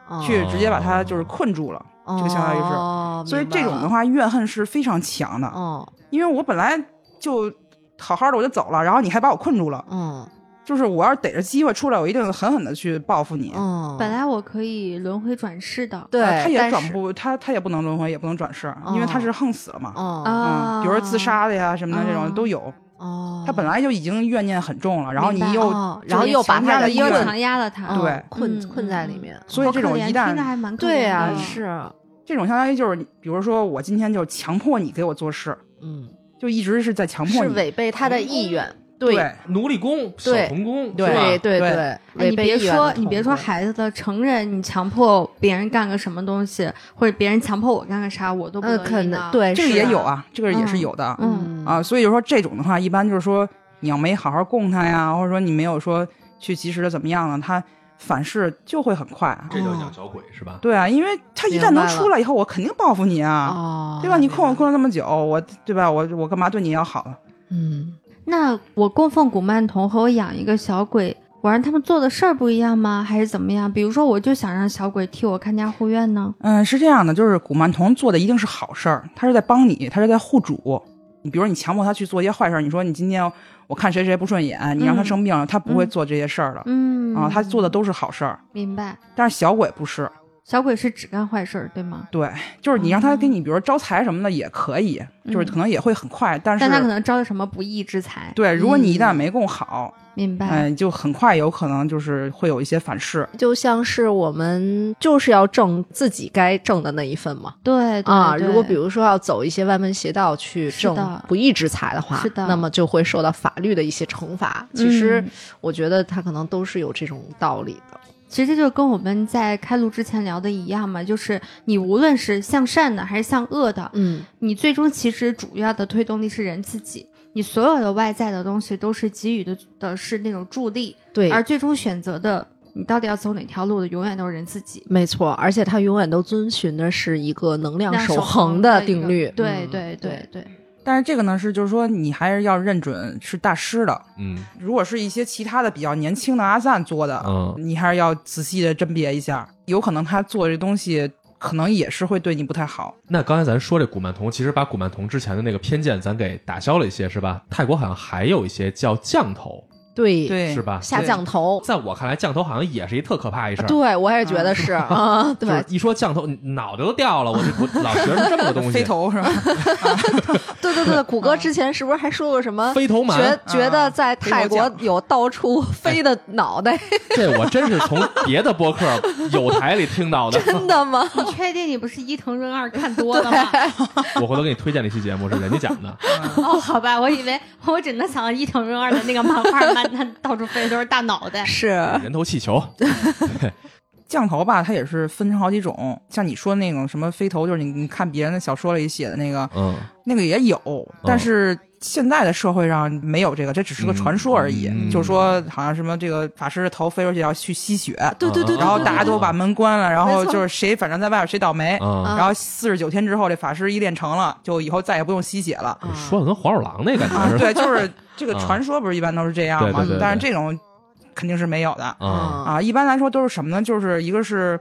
Speaker 3: 哦
Speaker 4: 去直接把他就是困住了。就相当于是
Speaker 3: 哦
Speaker 4: 所以这种的，话，怨恨是非常强的。
Speaker 3: 哦
Speaker 4: 因为我本来就好好的我就走了，然后你还把我困住了，
Speaker 3: 嗯
Speaker 4: 就是我要是逮着机会出来，我一定狠狠的去报复你。呃
Speaker 3: 嗯，
Speaker 1: 本来我可以轮回转世的，
Speaker 3: 对，
Speaker 4: 呃他也
Speaker 3: 但
Speaker 4: 转
Speaker 3: 是，
Speaker 4: 不，他他也不能轮回，也不能转世，因为他是横死了嘛。
Speaker 3: 哦
Speaker 1: 啊、
Speaker 4: 嗯，比如说自杀的呀什么的这
Speaker 1: 哦
Speaker 4: 种都有，
Speaker 3: 哦，
Speaker 4: 他本来就已经怨念很重了，然后你
Speaker 1: 明白
Speaker 4: 又
Speaker 3: 哦
Speaker 4: 就是
Speaker 3: 然后又把
Speaker 4: 强
Speaker 3: 他
Speaker 4: 加
Speaker 3: 的
Speaker 4: 在
Speaker 1: 对
Speaker 4: 医
Speaker 1: 又
Speaker 3: 因为
Speaker 4: 院
Speaker 1: 强压了他，
Speaker 3: 嗯
Speaker 4: 对
Speaker 3: 困
Speaker 1: 嗯
Speaker 3: 困在里
Speaker 1: 嗯
Speaker 3: 面，
Speaker 4: 所以这种一旦啊
Speaker 1: 听着还蛮可
Speaker 3: 对
Speaker 1: 怜
Speaker 3: 呀、
Speaker 1: 的
Speaker 3: 是，
Speaker 4: 这种相当于就是，比如说我今天就是强迫你给我做事，
Speaker 3: 嗯，
Speaker 4: 就一直是在强迫
Speaker 3: 是
Speaker 4: 你。
Speaker 3: 违背他的意愿，
Speaker 4: 对，
Speaker 2: 奴隶工、手
Speaker 3: 对
Speaker 2: 童工，
Speaker 3: 对
Speaker 2: 是吧
Speaker 3: 对对
Speaker 4: 对
Speaker 1: 哎，
Speaker 3: 违
Speaker 1: 你
Speaker 3: 背
Speaker 1: 别
Speaker 3: 意愿的
Speaker 1: 说，你
Speaker 3: 痛
Speaker 1: 别
Speaker 3: 苦
Speaker 1: 说孩子的成人，你强迫别人干个什么东西，或者别人强迫我干个啥，我都不
Speaker 3: 嗯，
Speaker 1: 乐意
Speaker 3: 可
Speaker 1: 呢
Speaker 3: 能对，
Speaker 4: 这个
Speaker 3: 是
Speaker 4: 也
Speaker 3: 啊
Speaker 4: 有，啊，这个也是
Speaker 1: 嗯
Speaker 4: 有的啊。
Speaker 1: 嗯
Speaker 3: 嗯
Speaker 4: 啊，所以就是说这种的话，一般就是说你要没好好供他呀，或者说你没有说去及时的怎么样呢，他反噬就会很快。啊。
Speaker 2: 这叫养小鬼是吧？
Speaker 4: 对啊，因为他一旦
Speaker 3: 明白
Speaker 4: 能
Speaker 3: 了
Speaker 4: 出来以后，我肯定报复你啊，
Speaker 3: 哦，
Speaker 4: 对吧？你困我
Speaker 3: 明白
Speaker 4: 困了那么久，我对吧？我我干嘛对你要好了？
Speaker 3: 嗯，
Speaker 1: 那我供奉古曼童和我养一个小鬼，我让他们做的事儿不一样吗？还是怎么样？比如说，我就想让小鬼替我看家护院呢？
Speaker 4: 嗯，是这样的，就是古曼童做的一定是好事儿，他是在帮你，他是在护主。你比如你强迫他去做一些坏事儿，你说你今天我看谁谁不顺眼，你让他
Speaker 1: 嗯
Speaker 4: 生病了，他不会
Speaker 1: 嗯
Speaker 4: 做这些事儿的、
Speaker 1: 嗯
Speaker 4: 啊，他做的都是好事儿。
Speaker 1: 明白。
Speaker 4: 但是小鬼不是，
Speaker 1: 小鬼是只干坏事儿，对吗？
Speaker 4: 对，就是你让他给你，比如说招财什么的也可以，就是
Speaker 1: 嗯
Speaker 4: 可能也会很快，但是
Speaker 1: 但他可能招了什么不义之财。，
Speaker 4: 对，如果你一旦没供好，
Speaker 1: 明白。
Speaker 4: 嗯、就很快有可能就是会有一些反噬。
Speaker 3: 就像是我们就是要挣自己该挣的那一份嘛。
Speaker 1: 对对
Speaker 3: 啊，
Speaker 1: 对
Speaker 3: 如果比如说要走一些歪门邪道去
Speaker 1: 是
Speaker 3: 挣
Speaker 1: 的
Speaker 3: 不义之财的话，
Speaker 1: 是的
Speaker 3: 那么就会受到法律的一些惩罚。
Speaker 1: 嗯
Speaker 3: 其实我觉得他可能都是有这种道理的。
Speaker 1: 其实这就跟我们在开录之前聊的一样嘛，就是你无论是向善的还是向恶的，
Speaker 3: 嗯
Speaker 1: 你最终其实主要的推动力是人自己，你所有的外在的东西都是给予的的是那种助力，
Speaker 3: 对，
Speaker 1: 而最终选择的你到底要走哪条路的，永远都是人自己。
Speaker 3: 没错，而且他永远都遵循的是一个能量
Speaker 1: 量
Speaker 3: 守
Speaker 1: 恒
Speaker 3: 恒
Speaker 1: 的一
Speaker 3: 定
Speaker 1: 个
Speaker 3: 律。
Speaker 1: 对
Speaker 3: 嗯
Speaker 1: 对对对，
Speaker 4: 但是这个呢，是就是说你还是要认准是大师的。
Speaker 2: 嗯，
Speaker 4: 如果是一些其他的比较年轻的阿赞做的，
Speaker 2: 嗯
Speaker 4: 你还是要仔细的甄别一下，有可能他做这东西可能也是会对你不太好。
Speaker 2: 那刚才咱说这古曼童，其实把古曼童之前的那个偏见咱给打消了一些，是吧？泰国好像还有一些叫降头，
Speaker 3: 对
Speaker 4: 对，
Speaker 2: 是？吧？
Speaker 3: 下降头，
Speaker 2: 在我看来，降头好像也是一特可怕一事儿。
Speaker 3: 对我也觉得是
Speaker 4: 嗯
Speaker 3: 啊，
Speaker 2: 就
Speaker 3: 对
Speaker 2: 是一说降头，脑袋都掉了。我就我老觉得这么个东西，
Speaker 4: 飞头是吧？
Speaker 3: 对 对对，谷歌之前是不是还说过什么？
Speaker 2: 飞头蛮
Speaker 3: 觉觉得
Speaker 4: 啊
Speaker 3: 在
Speaker 4: 飞哎头
Speaker 3: 泰国
Speaker 4: 酱
Speaker 3: 有到处飞的脑 袋，
Speaker 2: 这我真是从别的播客有台里听到的。
Speaker 3: 真 的吗？
Speaker 1: 你确定你不是伊藤润二看多了 吗？
Speaker 2: 我回头给你推荐了一期节目，是人家讲的。
Speaker 1: 哦，好吧，我以为我只能想到伊藤润二的那个漫画，满满到处飞都是大脑袋。
Speaker 3: 是，
Speaker 2: 人头气 球，
Speaker 4: 降头吧，它也是分成好几种，像你说那种什么飞头，就是你你看别人的小说里写的那个，
Speaker 2: 嗯，
Speaker 4: 那个也有，但是现在的社会上没有这个，这只是个传说而已。
Speaker 2: 嗯嗯
Speaker 4: 就是说，好像什么这个法师的头飞出去要去吸血，
Speaker 3: 对对对，对
Speaker 4: 嗯然后大家都把
Speaker 2: 哦
Speaker 4: 门关了，然后
Speaker 3: 没错
Speaker 4: 就是谁反正在外边谁倒霉。
Speaker 3: 嗯
Speaker 2: 啊，
Speaker 4: 然后四十九天之后，这法师一练成了，就以后再也不用吸血了。
Speaker 3: 嗯
Speaker 4: 啊
Speaker 2: 说的跟黄鼠狼那感觉似的
Speaker 4: 对，就是这个
Speaker 2: 啊
Speaker 4: 传说，不是一般都是这样
Speaker 2: 哦对
Speaker 4: 吗
Speaker 2: 对对对？
Speaker 4: 但是这种肯定是没有的
Speaker 3: 嗯
Speaker 2: 啊
Speaker 4: 啊。一般来说都是什么呢？就是一个是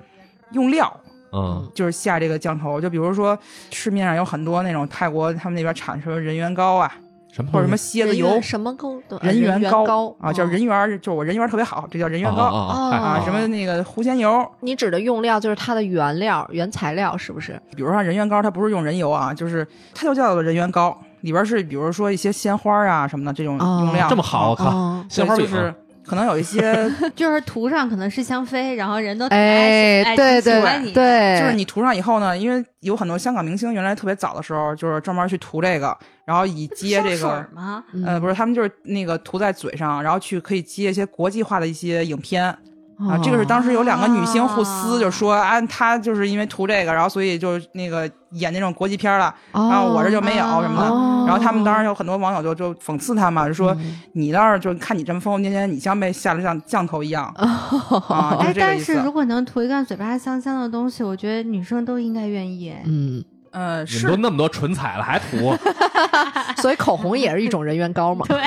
Speaker 4: 用料，
Speaker 2: 啊
Speaker 4: 就是下这个降头。就比如说市面上有很多那种泰国他们那边产什么人缘膏啊，
Speaker 2: 什么
Speaker 4: 或者什么蝎子油、
Speaker 3: 什么沟
Speaker 4: 人
Speaker 3: 缘
Speaker 4: 缘
Speaker 3: 高
Speaker 4: 啊，叫。
Speaker 3: 嗯
Speaker 4: 人缘儿，就是我人缘儿特别好，这叫人缘
Speaker 2: 啊
Speaker 4: 膏
Speaker 2: 啊啊
Speaker 4: 啊。
Speaker 3: 哦
Speaker 4: 什么那个胡仙油，
Speaker 3: 你指的用料就是它的原料、原材料，是不是？
Speaker 4: 比如说人缘膏，它不是用人油啊，就是它就叫做人缘膏，里边是比如说一些鲜花啊什么的这种
Speaker 3: 哦
Speaker 4: 用料，
Speaker 2: 这么好，我靠，
Speaker 3: 哦，
Speaker 4: 对
Speaker 2: 鲜花
Speaker 4: 就
Speaker 2: 饼啊
Speaker 4: 是可能有 一些，
Speaker 1: 就是图上可能是香妃，然后人都
Speaker 3: 哎，对
Speaker 1: 喜
Speaker 3: 对
Speaker 1: 欢你，
Speaker 3: 对，
Speaker 4: 就是你涂上以后呢，因为有很多香港明星原来特别早的时候就是专门去涂这个，然后以接这
Speaker 1: 香水
Speaker 4: 个
Speaker 1: 儿。吗？
Speaker 3: 嗯
Speaker 4: 呃，不是，他们就是那个涂在嘴上，然后去可以接一些国际化的一些影片啊。
Speaker 3: 哦
Speaker 4: 这个是当时有两个女星互
Speaker 1: 啊
Speaker 4: 撕，就说啊，她就是因为涂这个，然后所以就那个演那种国际片了。然后
Speaker 3: 哦
Speaker 4: 啊我这就没有
Speaker 1: 啊
Speaker 4: 什么的。
Speaker 3: 哦
Speaker 4: 然后他们当然有很多网友就就讽刺他嘛，就说
Speaker 3: 嗯
Speaker 4: 你那儿就看你这么疯疯癫癫，你像被下了降降头一样 啊，就
Speaker 1: 哎，
Speaker 4: 这个
Speaker 1: 但
Speaker 4: 意
Speaker 1: 是如
Speaker 4: 思。
Speaker 1: 果能涂一个嘴巴香香的东西，我觉得女生都应该愿意。哎
Speaker 3: 嗯，
Speaker 5: 呃，
Speaker 2: 你们都
Speaker 5: 是
Speaker 2: 那么多唇彩了，还涂？
Speaker 3: 所以口红也是一种人缘 高嘛。
Speaker 1: 对，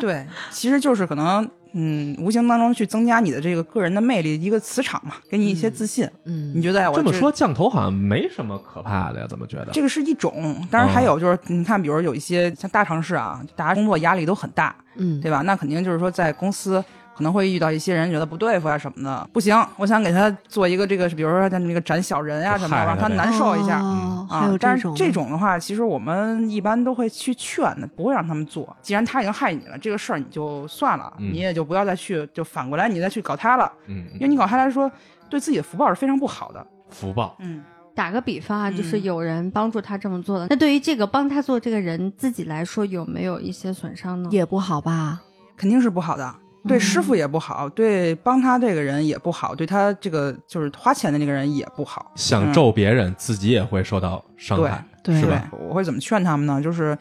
Speaker 4: 对，其实就是可能，嗯，无形当中去增加你的这个个人的魅力，一个磁场嘛，给你一些自信。
Speaker 3: 嗯，
Speaker 4: 你觉得哎，我
Speaker 2: 这么说降头好像没什么可怕的呀？怎么觉得？
Speaker 4: 这个是一种，当然
Speaker 2: 哦
Speaker 4: 还有就是，你看，比如有一些像大城市啊，大家工作压力都很大，
Speaker 3: 嗯
Speaker 4: 对吧？那肯定就是说，在公司可能会遇到一些人觉得不对付啊什么的，不行，我想给他做一个这个，比如说像那个斩小人啊什么
Speaker 2: 害
Speaker 4: 的，
Speaker 2: 了
Speaker 4: 让他
Speaker 2: 呗
Speaker 4: 难受一下。
Speaker 3: 哦还
Speaker 4: 啊
Speaker 3: 有，
Speaker 4: 但
Speaker 3: 这
Speaker 4: 是
Speaker 3: 种
Speaker 4: 这种的话，其实我们一般都会去劝的，不会让他们做。既然他已经害你了，这个事儿你就算了，
Speaker 2: 嗯
Speaker 4: 你也就不要再去，就反过来你再去搞他了，
Speaker 2: 嗯，
Speaker 4: 因为你搞他来说，对自己的福报是非常不好的。
Speaker 2: 福报。
Speaker 4: 嗯，
Speaker 1: 打个比方啊，
Speaker 4: 嗯
Speaker 1: 就是有人帮助他这么做的，那对于这个帮他做这个人自己来说，有没有一些损伤呢？
Speaker 3: 也不好吧？
Speaker 4: 肯定是不好的，
Speaker 3: 嗯
Speaker 4: 对师傅也不好，对帮他这个人也不好，对他这个就是花钱的那个人也不好。
Speaker 2: 想咒别人，自己也会受到伤害，
Speaker 3: 对
Speaker 2: 是
Speaker 4: 对
Speaker 2: 吧？，
Speaker 4: 我会怎么劝他们呢？就是，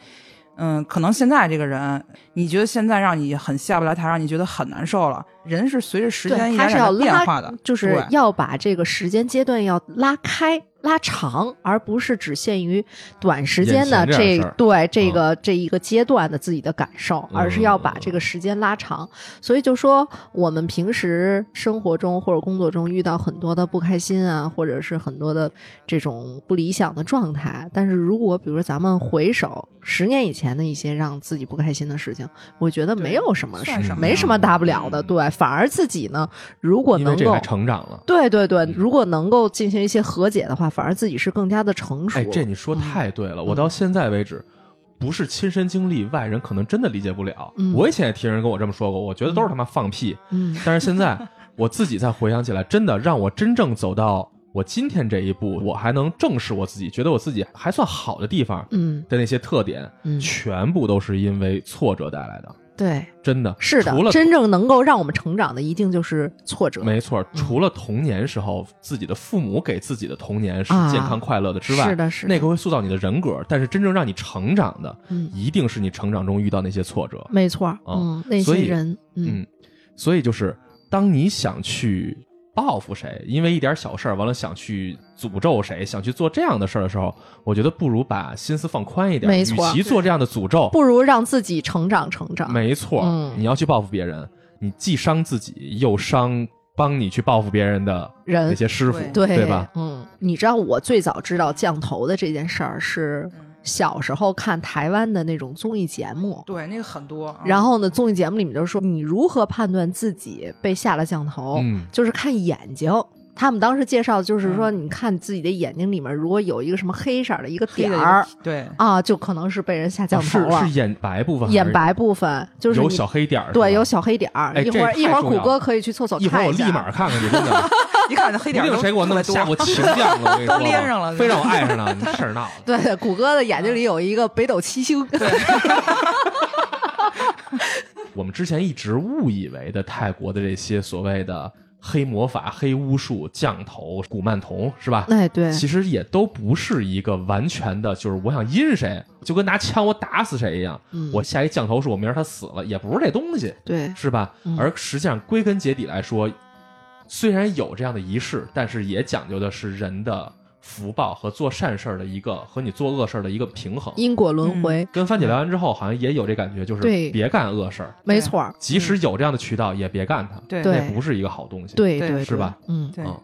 Speaker 4: 嗯，可能现在这个人，你觉得现在让你很下不来台，让你觉得很难受了，人是随着时间
Speaker 3: 对，
Speaker 4: 一
Speaker 3: 他
Speaker 4: 点
Speaker 3: 是
Speaker 4: 点
Speaker 3: 要
Speaker 4: 地变
Speaker 3: 拉
Speaker 4: 化的，
Speaker 3: 就是
Speaker 4: 对
Speaker 3: 要把这个时间阶段要拉开、拉长，而不是只限于短时间的
Speaker 2: 眼前这点
Speaker 3: 这
Speaker 2: 事儿嗯
Speaker 3: 对这个、这一个阶段的自己的感受，而是要把这个时间拉长。所以就说我们平时生活中或者工作中遇到很多的不开心啊，或者是很多的这种不理想的状态，但是如果比如咱们回首十年以前的一些让自己不开心的事情，我觉得没有什么事
Speaker 4: 算什么
Speaker 3: 没
Speaker 4: 呀
Speaker 3: 什么大不了的，
Speaker 4: 嗯
Speaker 3: 对，反而自己呢，如果
Speaker 2: 因为
Speaker 3: 能
Speaker 2: 这
Speaker 3: 够
Speaker 2: 还，成长了。
Speaker 3: 对对对，
Speaker 2: 嗯
Speaker 3: 如果能够进行一些和解的话，反而自己是更加的成熟。
Speaker 2: 哎，这你说太对了，我到现在为止。不是亲身经历，外人可能真的理解不了。
Speaker 3: 嗯
Speaker 2: 我以前也听人跟我这么说过，我觉得都是他妈放屁。
Speaker 3: 嗯
Speaker 2: 但是现在我自己再回想起来，真的让我真正走到我今天这一步，我还能正视我自己，觉得我自己还算好的地方
Speaker 3: 嗯
Speaker 2: 的那些特点，
Speaker 3: 嗯，
Speaker 2: 全部都是因为挫折带来的。
Speaker 3: 对，
Speaker 2: 真的
Speaker 3: 是的
Speaker 2: 除，了
Speaker 3: 真正能够让我们成长的，一定就是嗯挫折。
Speaker 2: 没错，除了童年时候自己的父母给自己的童年是
Speaker 3: 啊
Speaker 2: 健康快乐的之外，
Speaker 3: 是的是的
Speaker 2: 那个会塑造你的人格，但是真正让你成长的，
Speaker 3: 嗯
Speaker 2: 一定是你成长中遇到那些挫折。
Speaker 3: 没错儿，
Speaker 2: 啊
Speaker 3: 嗯，那
Speaker 2: 所
Speaker 3: 些
Speaker 2: 以
Speaker 3: 人，嗯，
Speaker 2: 所以就是当你想去报复谁，因为一点小事儿，完了想去诅咒谁，想去做这样的事儿的时候，我觉得不如把心思放宽一点，
Speaker 3: 没错
Speaker 2: 与其做这样的诅咒，
Speaker 3: 不如让自己成长成长。
Speaker 2: 没错，
Speaker 3: 嗯
Speaker 2: 你要去报复别人，你既伤自己，又伤帮你去报复别人的
Speaker 3: 人
Speaker 2: 那些师傅，
Speaker 3: 对
Speaker 2: 吧？？
Speaker 3: 嗯，你知道我最早知道降头的这件事儿是小时候看台湾的那种综艺节
Speaker 2: 哦
Speaker 3: 目，
Speaker 4: 对，那个很多。嗯
Speaker 3: 然后呢，综艺节目里面就说你如何判断自己被下了降头，
Speaker 2: 嗯
Speaker 3: 就是看眼睛。他们当时介绍就是说，你看自己的眼睛里面如果有一个什么黑色儿的一个
Speaker 4: 黑
Speaker 3: 点
Speaker 4: 的
Speaker 3: 儿
Speaker 4: 对，
Speaker 3: 啊，就可能是被人下降头了。
Speaker 2: 啊是是眼白部分，
Speaker 3: 眼，白部分就是
Speaker 2: 有
Speaker 3: 你
Speaker 2: 小黑点儿，
Speaker 3: 对
Speaker 2: 是吧
Speaker 3: 有。小黑点儿。
Speaker 2: 哎
Speaker 3: 一
Speaker 2: 这
Speaker 3: 会儿
Speaker 2: 太
Speaker 3: 一会儿
Speaker 2: 重
Speaker 3: 谷
Speaker 2: 要
Speaker 3: 歌
Speaker 2: 了
Speaker 3: 可以去厕所
Speaker 2: 一会
Speaker 3: 看
Speaker 2: 儿我立
Speaker 3: 下
Speaker 2: 马看看去，真 的，
Speaker 4: 一看那黑
Speaker 2: 一
Speaker 4: 点
Speaker 2: 定
Speaker 4: 儿
Speaker 2: 有
Speaker 4: 都
Speaker 2: 谁给我
Speaker 4: 特别
Speaker 2: 弄
Speaker 4: 多
Speaker 2: 吓我情降了，我跟你说吧
Speaker 4: 都连上了
Speaker 2: 非让我爱上了，你事儿闹的。
Speaker 3: 对对，谷歌的眼睛里有一个北斗七星。
Speaker 2: 嗯 我们之前一直误以为的泰国的这些所谓的黑魔法、黑巫术、降头、古曼童，是吧？
Speaker 3: 哎，对，
Speaker 2: 其实也都不是一个完全的，就是我想阴谁，就跟拿枪我打死谁一样。
Speaker 3: 嗯
Speaker 2: 我下一降头术，我明儿他死了，也不是这东西，
Speaker 3: 对
Speaker 2: 是吧？
Speaker 3: 嗯
Speaker 2: 而实际上归根结底来说，虽然有这样的仪式，但是也讲究的是人的福报和做善事儿的一个和你做恶事儿的一个平衡。
Speaker 3: 因果轮回，
Speaker 2: 跟番姐聊完之后，好像也有这感觉，就是
Speaker 3: 对
Speaker 2: 别干恶事儿，
Speaker 3: 没错儿，
Speaker 2: 即使有这样的渠道，也别干它，
Speaker 4: 对
Speaker 3: 嗯对
Speaker 2: 那不是一个好东西。
Speaker 3: 对
Speaker 4: 对
Speaker 3: 对，
Speaker 2: 是吧
Speaker 3: 对？嗯，
Speaker 4: 对
Speaker 2: 嗯，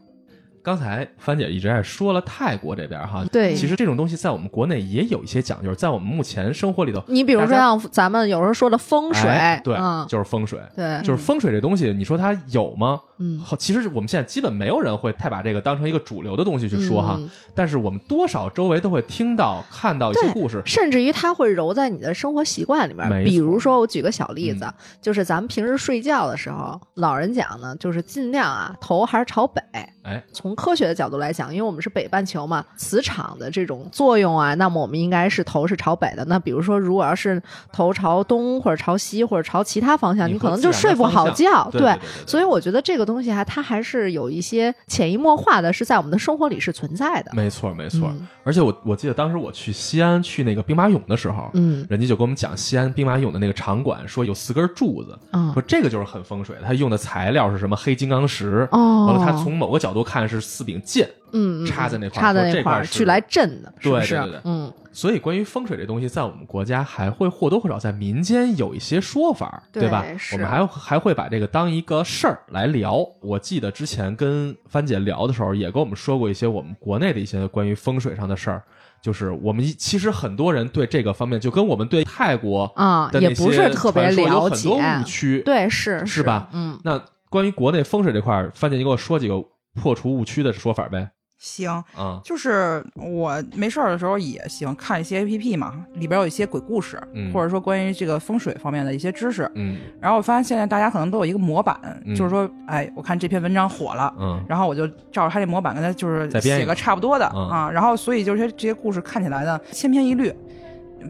Speaker 2: 刚才番姐一直在说了泰国这边哈，
Speaker 3: 对
Speaker 2: 嗯其实这种东西在我们国内也有一些讲究，在我们目前生活里头，
Speaker 3: 你比如说像咱们有时候说的风水，
Speaker 2: 哎对，
Speaker 3: 嗯，
Speaker 2: 就是风水，
Speaker 3: 对，
Speaker 2: 就是风水这东西，你说它有吗？
Speaker 3: 嗯，
Speaker 2: 好，其实我们现在基本没有人会太把这个当成一个主流的东西去说哈，
Speaker 3: 嗯
Speaker 2: 但是我们多少周围都会听到、看到一些
Speaker 3: 对
Speaker 2: 故事，
Speaker 3: 甚至于它会揉在你的生活习惯里面
Speaker 2: 没
Speaker 3: 儿。
Speaker 2: 错嗯
Speaker 3: 比如说，我举个小例子，就是咱们平时睡觉的时候，老人讲呢，就是尽量啊，头还是朝北。
Speaker 2: 哎，
Speaker 3: 从科学的角度来讲，因为我们是北半球嘛，磁场的这种作用啊，那么我们应该是头是朝北的。那比如说，如果要是头朝东或者朝西或者朝其他方向，
Speaker 2: 你
Speaker 3: 你
Speaker 2: 会
Speaker 3: 可能就睡不好
Speaker 2: 自然
Speaker 3: 觉。
Speaker 2: 对对对对
Speaker 3: 所以我觉得这个东西还、它还是有一些潜移默化的，是在我们的生活里是存在的。
Speaker 2: 没错没错。
Speaker 3: 嗯
Speaker 2: 而且我我记得当时我去西安去那个兵马俑的时候，
Speaker 3: 嗯
Speaker 2: 人家就给我们讲西安兵马俑的那个场馆，说有四根柱子，
Speaker 3: 嗯
Speaker 2: 说这个就是很风水的，它用的材料是什么黑金刚石，
Speaker 3: 哦
Speaker 2: 完了它从某个角度看是四柄剑
Speaker 3: 嗯，嗯
Speaker 2: 插在那块儿
Speaker 3: 插在
Speaker 2: 说
Speaker 3: 那
Speaker 2: 这块
Speaker 3: 儿
Speaker 2: 儿
Speaker 3: 去
Speaker 2: 是
Speaker 3: 来镇的，是不
Speaker 2: 对
Speaker 3: 是
Speaker 2: 对对对？
Speaker 3: 嗯
Speaker 2: 所以，关于风水这东西，在我们国家还会或多或少在民间有一些说法，
Speaker 3: 对
Speaker 2: 对吧？
Speaker 3: 是
Speaker 2: 我们还还会把这个当一个事儿来聊。我记得之前跟帆姐聊的时候，也跟我们说过一些我们国内的一些关于风水上的事儿，就是我们一其实很多人对这个方面，就跟我们对泰国
Speaker 3: 啊，
Speaker 2: 的
Speaker 3: 也
Speaker 2: 那
Speaker 3: 不是
Speaker 2: 些
Speaker 3: 特别
Speaker 2: 传说有
Speaker 3: 了
Speaker 2: 很
Speaker 3: 解
Speaker 2: 多，误区。，
Speaker 3: 对，是
Speaker 2: 是吧？
Speaker 3: 嗯，
Speaker 2: 那关于国内风水这块儿，帆姐，你给我说几个破除误区的说法呗？
Speaker 4: 行，
Speaker 2: 啊、
Speaker 4: 就是我没事儿的时候也喜欢看一些 A P P 嘛，里边有一些鬼故事，
Speaker 2: 嗯
Speaker 4: 或者说关于这个风水方面的一些知识。
Speaker 2: 嗯
Speaker 4: 然后我发现现在大家可能都有一个模板，
Speaker 2: 嗯
Speaker 4: 就是说，哎，我看这篇文章火了。
Speaker 2: 嗯
Speaker 4: 然后我就照着他这模板跟他就是
Speaker 2: 再编一
Speaker 4: 写
Speaker 2: 个
Speaker 4: 个差不多的
Speaker 2: 嗯
Speaker 4: 啊，然后所以就是这些故事看起来呢千篇一律。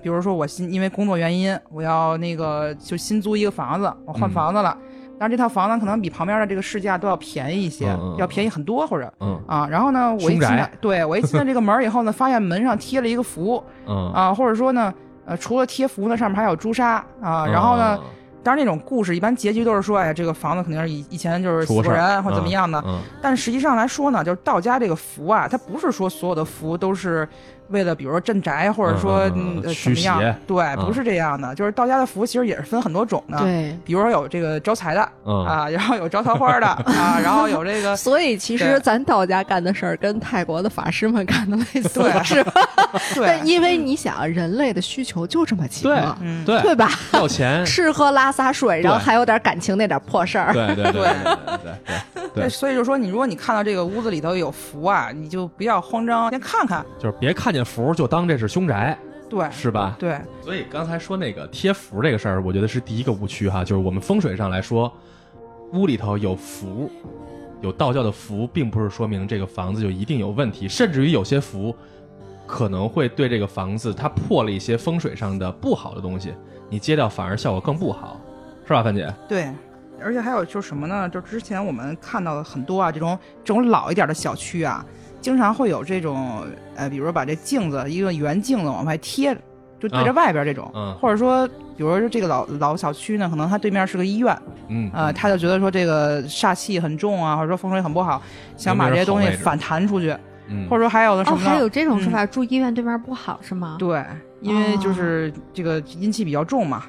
Speaker 4: 比如说我新因为工作原因，我要那个就新租一个房子，我换
Speaker 2: 嗯
Speaker 4: 房子了，但是这套房子可能比旁边的这个市价都要便宜一些，
Speaker 2: 嗯嗯嗯
Speaker 4: 要便宜很多或者
Speaker 2: 嗯
Speaker 4: 啊，然后呢，我一
Speaker 2: 凶
Speaker 4: 进
Speaker 2: 宅
Speaker 4: 来，对我一进到这个门儿以后 呢，发现门上贴了一个符
Speaker 2: 嗯
Speaker 4: 啊，或者说呢，呃，除了贴符呢，上面还有朱砂啊，
Speaker 2: 嗯
Speaker 4: 然后呢，当然那种故事一般结局都是说，哎呀，这个房子肯定是以以前就是死
Speaker 2: 出过事
Speaker 4: 过
Speaker 2: 儿
Speaker 4: 人或怎么样的，
Speaker 2: 嗯
Speaker 4: 但实际上来说呢，就是道家这个符啊，它不是说所有的符都是为了比如说镇宅或者说
Speaker 2: 嗯嗯嗯
Speaker 4: 嗯呃怎
Speaker 2: 驱
Speaker 4: 么样
Speaker 2: 邪，嗯
Speaker 4: 对，不是这样的。就是道家的符其实也是分很多种
Speaker 2: 啊
Speaker 4: 的，
Speaker 3: 对。
Speaker 4: 比如说有这个招财的
Speaker 2: 嗯
Speaker 4: 啊，然后有招桃 花的啊，然后有这个
Speaker 3: 所以其实
Speaker 4: 对
Speaker 3: 咱道家干的事儿跟泰国的法师们干的类似，
Speaker 4: 对
Speaker 3: 是吧？
Speaker 4: 对，
Speaker 3: 但因为你想，人类的需求就这么几
Speaker 2: 对
Speaker 3: 个，
Speaker 4: 嗯，
Speaker 2: 对
Speaker 3: 对吧？，
Speaker 2: 要钱
Speaker 3: 吃喝拉撒睡，然后还有点感情那点破事儿，
Speaker 2: 对对对
Speaker 4: 对
Speaker 2: 对 对对，对
Speaker 4: 所以就说你如果你看到这个屋子里头有符啊，你就不要慌张，先看看，
Speaker 2: 就是别看见符就当这是凶宅，
Speaker 4: 对
Speaker 2: 是吧？
Speaker 4: 对，
Speaker 2: 所以刚才说那个贴符这个事儿，我觉得是第一个误区哈，就是我们风水上来说，屋里头有符，有道教的符，并不是说明这个房子就一定有问题，甚至于有些符可能会对这个房子它破了一些风水上的不好的东西，你揭掉反而效果更不好，是吧，范姐？
Speaker 4: 对，而且还有就是什么呢？就之前我们看到的很多啊，这种这种老一点的小区啊，经常会有这种呃，比如说把这镜子一个圆镜子往外贴，就对着
Speaker 2: 啊
Speaker 4: 外边这种，
Speaker 2: 嗯
Speaker 4: 或者说。比如说这个老老小区呢，可能它对面是个医院，
Speaker 2: 嗯
Speaker 4: 呃，他就觉得说这个煞气很重啊，或者说风水很不好，想把这些东西反弹出去，
Speaker 2: 嗯
Speaker 4: 或者说还有的什
Speaker 1: 哦，
Speaker 4: 么呢？嗯
Speaker 1: 还有这种说法，住医院对面不好是吗？
Speaker 4: 对，因为
Speaker 3: 哦
Speaker 4: 就是这个阴气比较重嘛，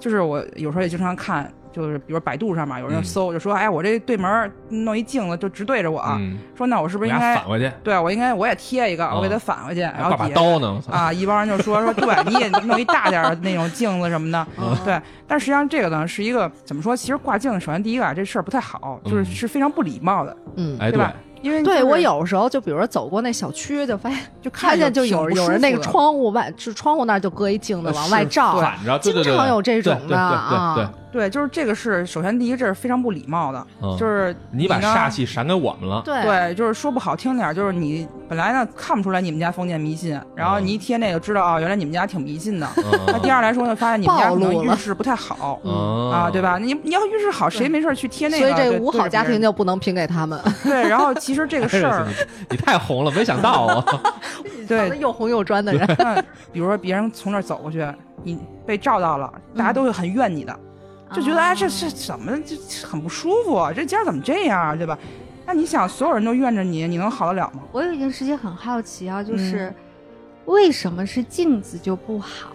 Speaker 4: 就是我有时候也经常看，就是比如百度上嘛，有人
Speaker 2: 嗯
Speaker 4: 搜、就说，哎，我这对门儿弄一镜子就直对着我啊，
Speaker 2: 嗯，
Speaker 4: 说那我是不
Speaker 2: 我
Speaker 4: 是应
Speaker 2: 俩
Speaker 4: 该
Speaker 2: 反回去，
Speaker 4: 对我应该我也贴一个，
Speaker 2: 啊
Speaker 4: 我给它返回去，然
Speaker 2: 挂
Speaker 4: 后
Speaker 2: 把
Speaker 4: 底下
Speaker 2: 刀呢，我操！
Speaker 4: 啊，一帮人就说说，对，你也弄一大点儿的那种镜子什么的。
Speaker 3: 嗯
Speaker 4: 对，但实际上这个呢是一个怎么说？其实挂镜，首先第一个啊，这事儿不太好，就是
Speaker 2: 嗯
Speaker 4: 是非常不礼貌的，
Speaker 3: 嗯，
Speaker 2: 哎，
Speaker 4: 对
Speaker 2: 对
Speaker 4: 吧，因为
Speaker 3: 对
Speaker 4: 就是
Speaker 3: 我有时候就比如说走过那小区，就发现
Speaker 4: 就
Speaker 3: 看见就
Speaker 4: 挺
Speaker 3: 有
Speaker 4: 不
Speaker 3: 有
Speaker 4: 舒
Speaker 3: 人那
Speaker 4: 服
Speaker 3: 个
Speaker 4: 的
Speaker 3: 窗户外，就窗户那儿就搁一镜子往外
Speaker 2: 呃是
Speaker 3: 照，
Speaker 4: 啊
Speaker 2: 反着，对
Speaker 3: 经常有这种的啊。
Speaker 2: 对对对对对对
Speaker 4: 对，就是这个是首先第一，这是非常不礼貌的，
Speaker 2: 嗯
Speaker 4: 就是
Speaker 2: 你把
Speaker 4: 呢
Speaker 2: 煞气闪给我们了，
Speaker 3: 对
Speaker 4: 对，就是说不好听点儿，就是你本来呢看不出来你们家封建迷信，然后你
Speaker 3: 嗯
Speaker 4: 一贴那个知道啊、原来你们家挺迷信的。那
Speaker 2: 嗯
Speaker 4: 第二来说呢，发现你们家
Speaker 3: 暴
Speaker 4: 可
Speaker 3: 露
Speaker 4: 能
Speaker 3: 了
Speaker 4: 运势不太好
Speaker 2: 嗯，
Speaker 4: 啊，对？吧？你你要运势好，谁没事儿去贴那个？
Speaker 3: 所以这
Speaker 4: 对
Speaker 3: 五好家庭
Speaker 4: 对
Speaker 3: 就不能评给他们，
Speaker 4: 着别人对。然后其实这个事儿
Speaker 2: 哎 你 你太红了，没想到 啊！
Speaker 4: 对
Speaker 3: 又红又专的人，
Speaker 4: 嗯比如说别人从那儿走过去，你被照到了，大家
Speaker 3: 嗯
Speaker 4: 都会很怨你的，就觉得哎，
Speaker 1: 哦
Speaker 3: 哦
Speaker 4: 这这怎么这这很不舒服啊？这家怎么这样啊，对吧？那你想，所有人都怨着你，你能好得了吗？
Speaker 1: 我有一件事情很好奇啊，就是、
Speaker 4: 嗯
Speaker 1: 为什么是镜子就不好？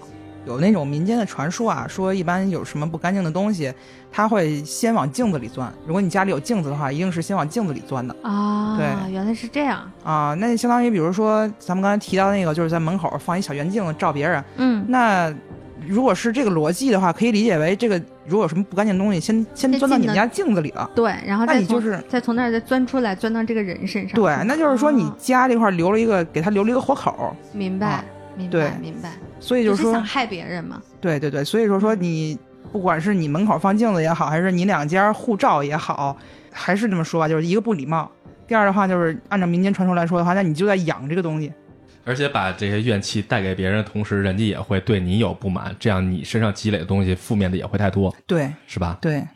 Speaker 4: 有那种民间的传说啊，说一般有什么不干净的东西，它会先往镜子里钻。如果你家里有镜子的话，一定是先往镜子里钻的
Speaker 1: 啊，
Speaker 4: 对
Speaker 1: 原来是这样。
Speaker 4: 啊。那相当于，比如说咱们刚才提到那个，就是在门口放一小圆镜子照别人。
Speaker 1: 嗯，
Speaker 4: 那如果是这个逻辑的话，可以理解为这个如果有什么不干净的东西，先先钻到你们家镜子里了。
Speaker 1: 对，然后
Speaker 4: 那
Speaker 1: 再
Speaker 4: 你
Speaker 1: 从
Speaker 4: 就是
Speaker 1: 再从那儿再钻出来，钻到这个人身上。
Speaker 4: 对，那就是说你
Speaker 1: 啊
Speaker 4: 家这块留了一个，给他留了一个活口。
Speaker 1: 明白、
Speaker 4: 啊
Speaker 1: 明
Speaker 4: 对
Speaker 1: 白明白，
Speaker 4: 所以就
Speaker 1: 只
Speaker 4: 是说，
Speaker 1: 想害别人嘛。
Speaker 4: 对对对，所以说说你不管是你门口放镜子也好，还是你两家互照也好，还是这么说吧，就是一个不礼貌。第二的话就是按照民间传说来说的话，那你就在养这个东西。
Speaker 2: 而且把这些怨气带给别人的同时，人家也会对你有不满，这样你身上积累的东西，负面的也会太多，
Speaker 4: 对
Speaker 2: 是吧？
Speaker 4: 对，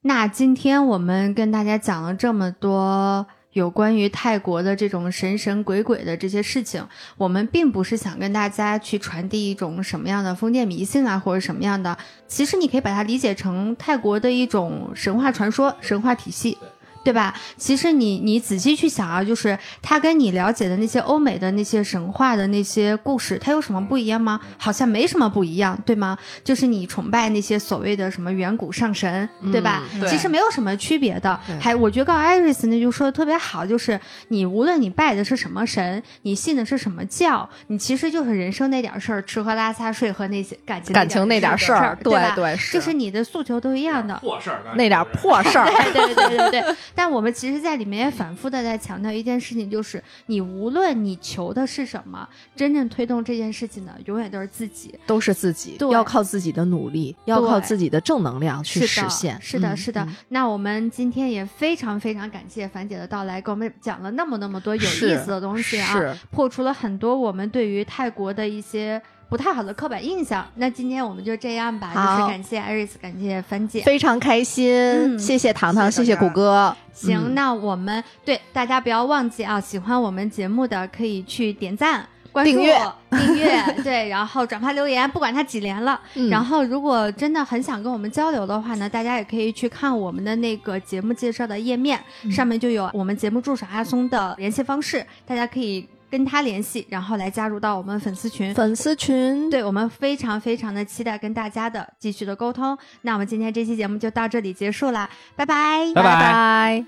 Speaker 1: 那今天我们跟大家讲了这么多有关于泰国的这种神神鬼鬼的这些事情，我们并不是想跟大家去传递一种什么样的封建迷信啊，或者什么样的。其实你可以把它理解成泰国的一种神话传说、神话体系。对吧？其实你你仔细去想啊，就是它跟你了解的那些欧美的那些神话的那些故事，它有什么不一样吗？好像没什么不一样，对吗？就是你崇拜那些所谓的什么远古上神，对吧？
Speaker 3: 嗯
Speaker 5: 对
Speaker 1: 其实没有什么区别的
Speaker 3: 对。
Speaker 1: 还我觉得刚才 Iris 那句说的特别好，就是你无论你拜的是什么神，你信的是什么教，你其实就是人生那点事儿，吃喝拉撒睡和那些感情
Speaker 3: 感情那点
Speaker 1: 事
Speaker 3: 事儿，
Speaker 1: 对吧？
Speaker 3: 对，
Speaker 1: 就是你的诉求都一样的，
Speaker 2: 破事儿
Speaker 3: 那点破事儿，
Speaker 1: 对对对对对。但我们其实，在里面也反复的在强调一件事情，就是你无论你求的是什么，真正推动这件事情的，永远都是自己。
Speaker 3: 都是自己
Speaker 1: 对，
Speaker 3: 要靠自己的努力，要靠自己的正能量去
Speaker 1: 是
Speaker 3: 实
Speaker 1: 的
Speaker 3: 现。
Speaker 1: 是的，
Speaker 3: 嗯
Speaker 1: 是的
Speaker 3: 嗯。
Speaker 1: 那我们今天也非常非常感谢樊姐的到来，给我们讲了那么那么多有意
Speaker 3: 是
Speaker 1: 思的东西啊。
Speaker 3: 是
Speaker 1: 破除了很多我们对于泰国的一些不太好的刻板印象。那今天我们就这样吧，就是
Speaker 3: 好
Speaker 1: 感谢艾瑞斯，感谢樊姐。
Speaker 3: 非嗯常开心，
Speaker 1: 嗯
Speaker 3: 谢谢糖糖，
Speaker 4: 谢
Speaker 3: 谢
Speaker 4: 谢
Speaker 3: 谢
Speaker 4: 大家
Speaker 3: 谷歌，
Speaker 1: 行，
Speaker 3: 嗯
Speaker 1: 那我们对大家不要忘记啊，喜欢我们节目的可以去点赞。关注
Speaker 3: 订阅
Speaker 1: 我、订阅，对， 然后转发留言，不管它几连了。
Speaker 3: 嗯
Speaker 1: 然后，如果真的很想跟我们交流的话呢，大家也可以去看我们的那个节目介绍的页面，
Speaker 3: 嗯
Speaker 1: 上面就有我们节目助手阿松的联系方式，大家可以跟他联系，然后来加入到我们粉丝群。
Speaker 3: 粉丝群，
Speaker 1: 对我们非常非常的期待跟大家的继续的沟通。那我们今天这期节目就到这里结束啦，拜拜，
Speaker 2: 拜拜
Speaker 3: 拜。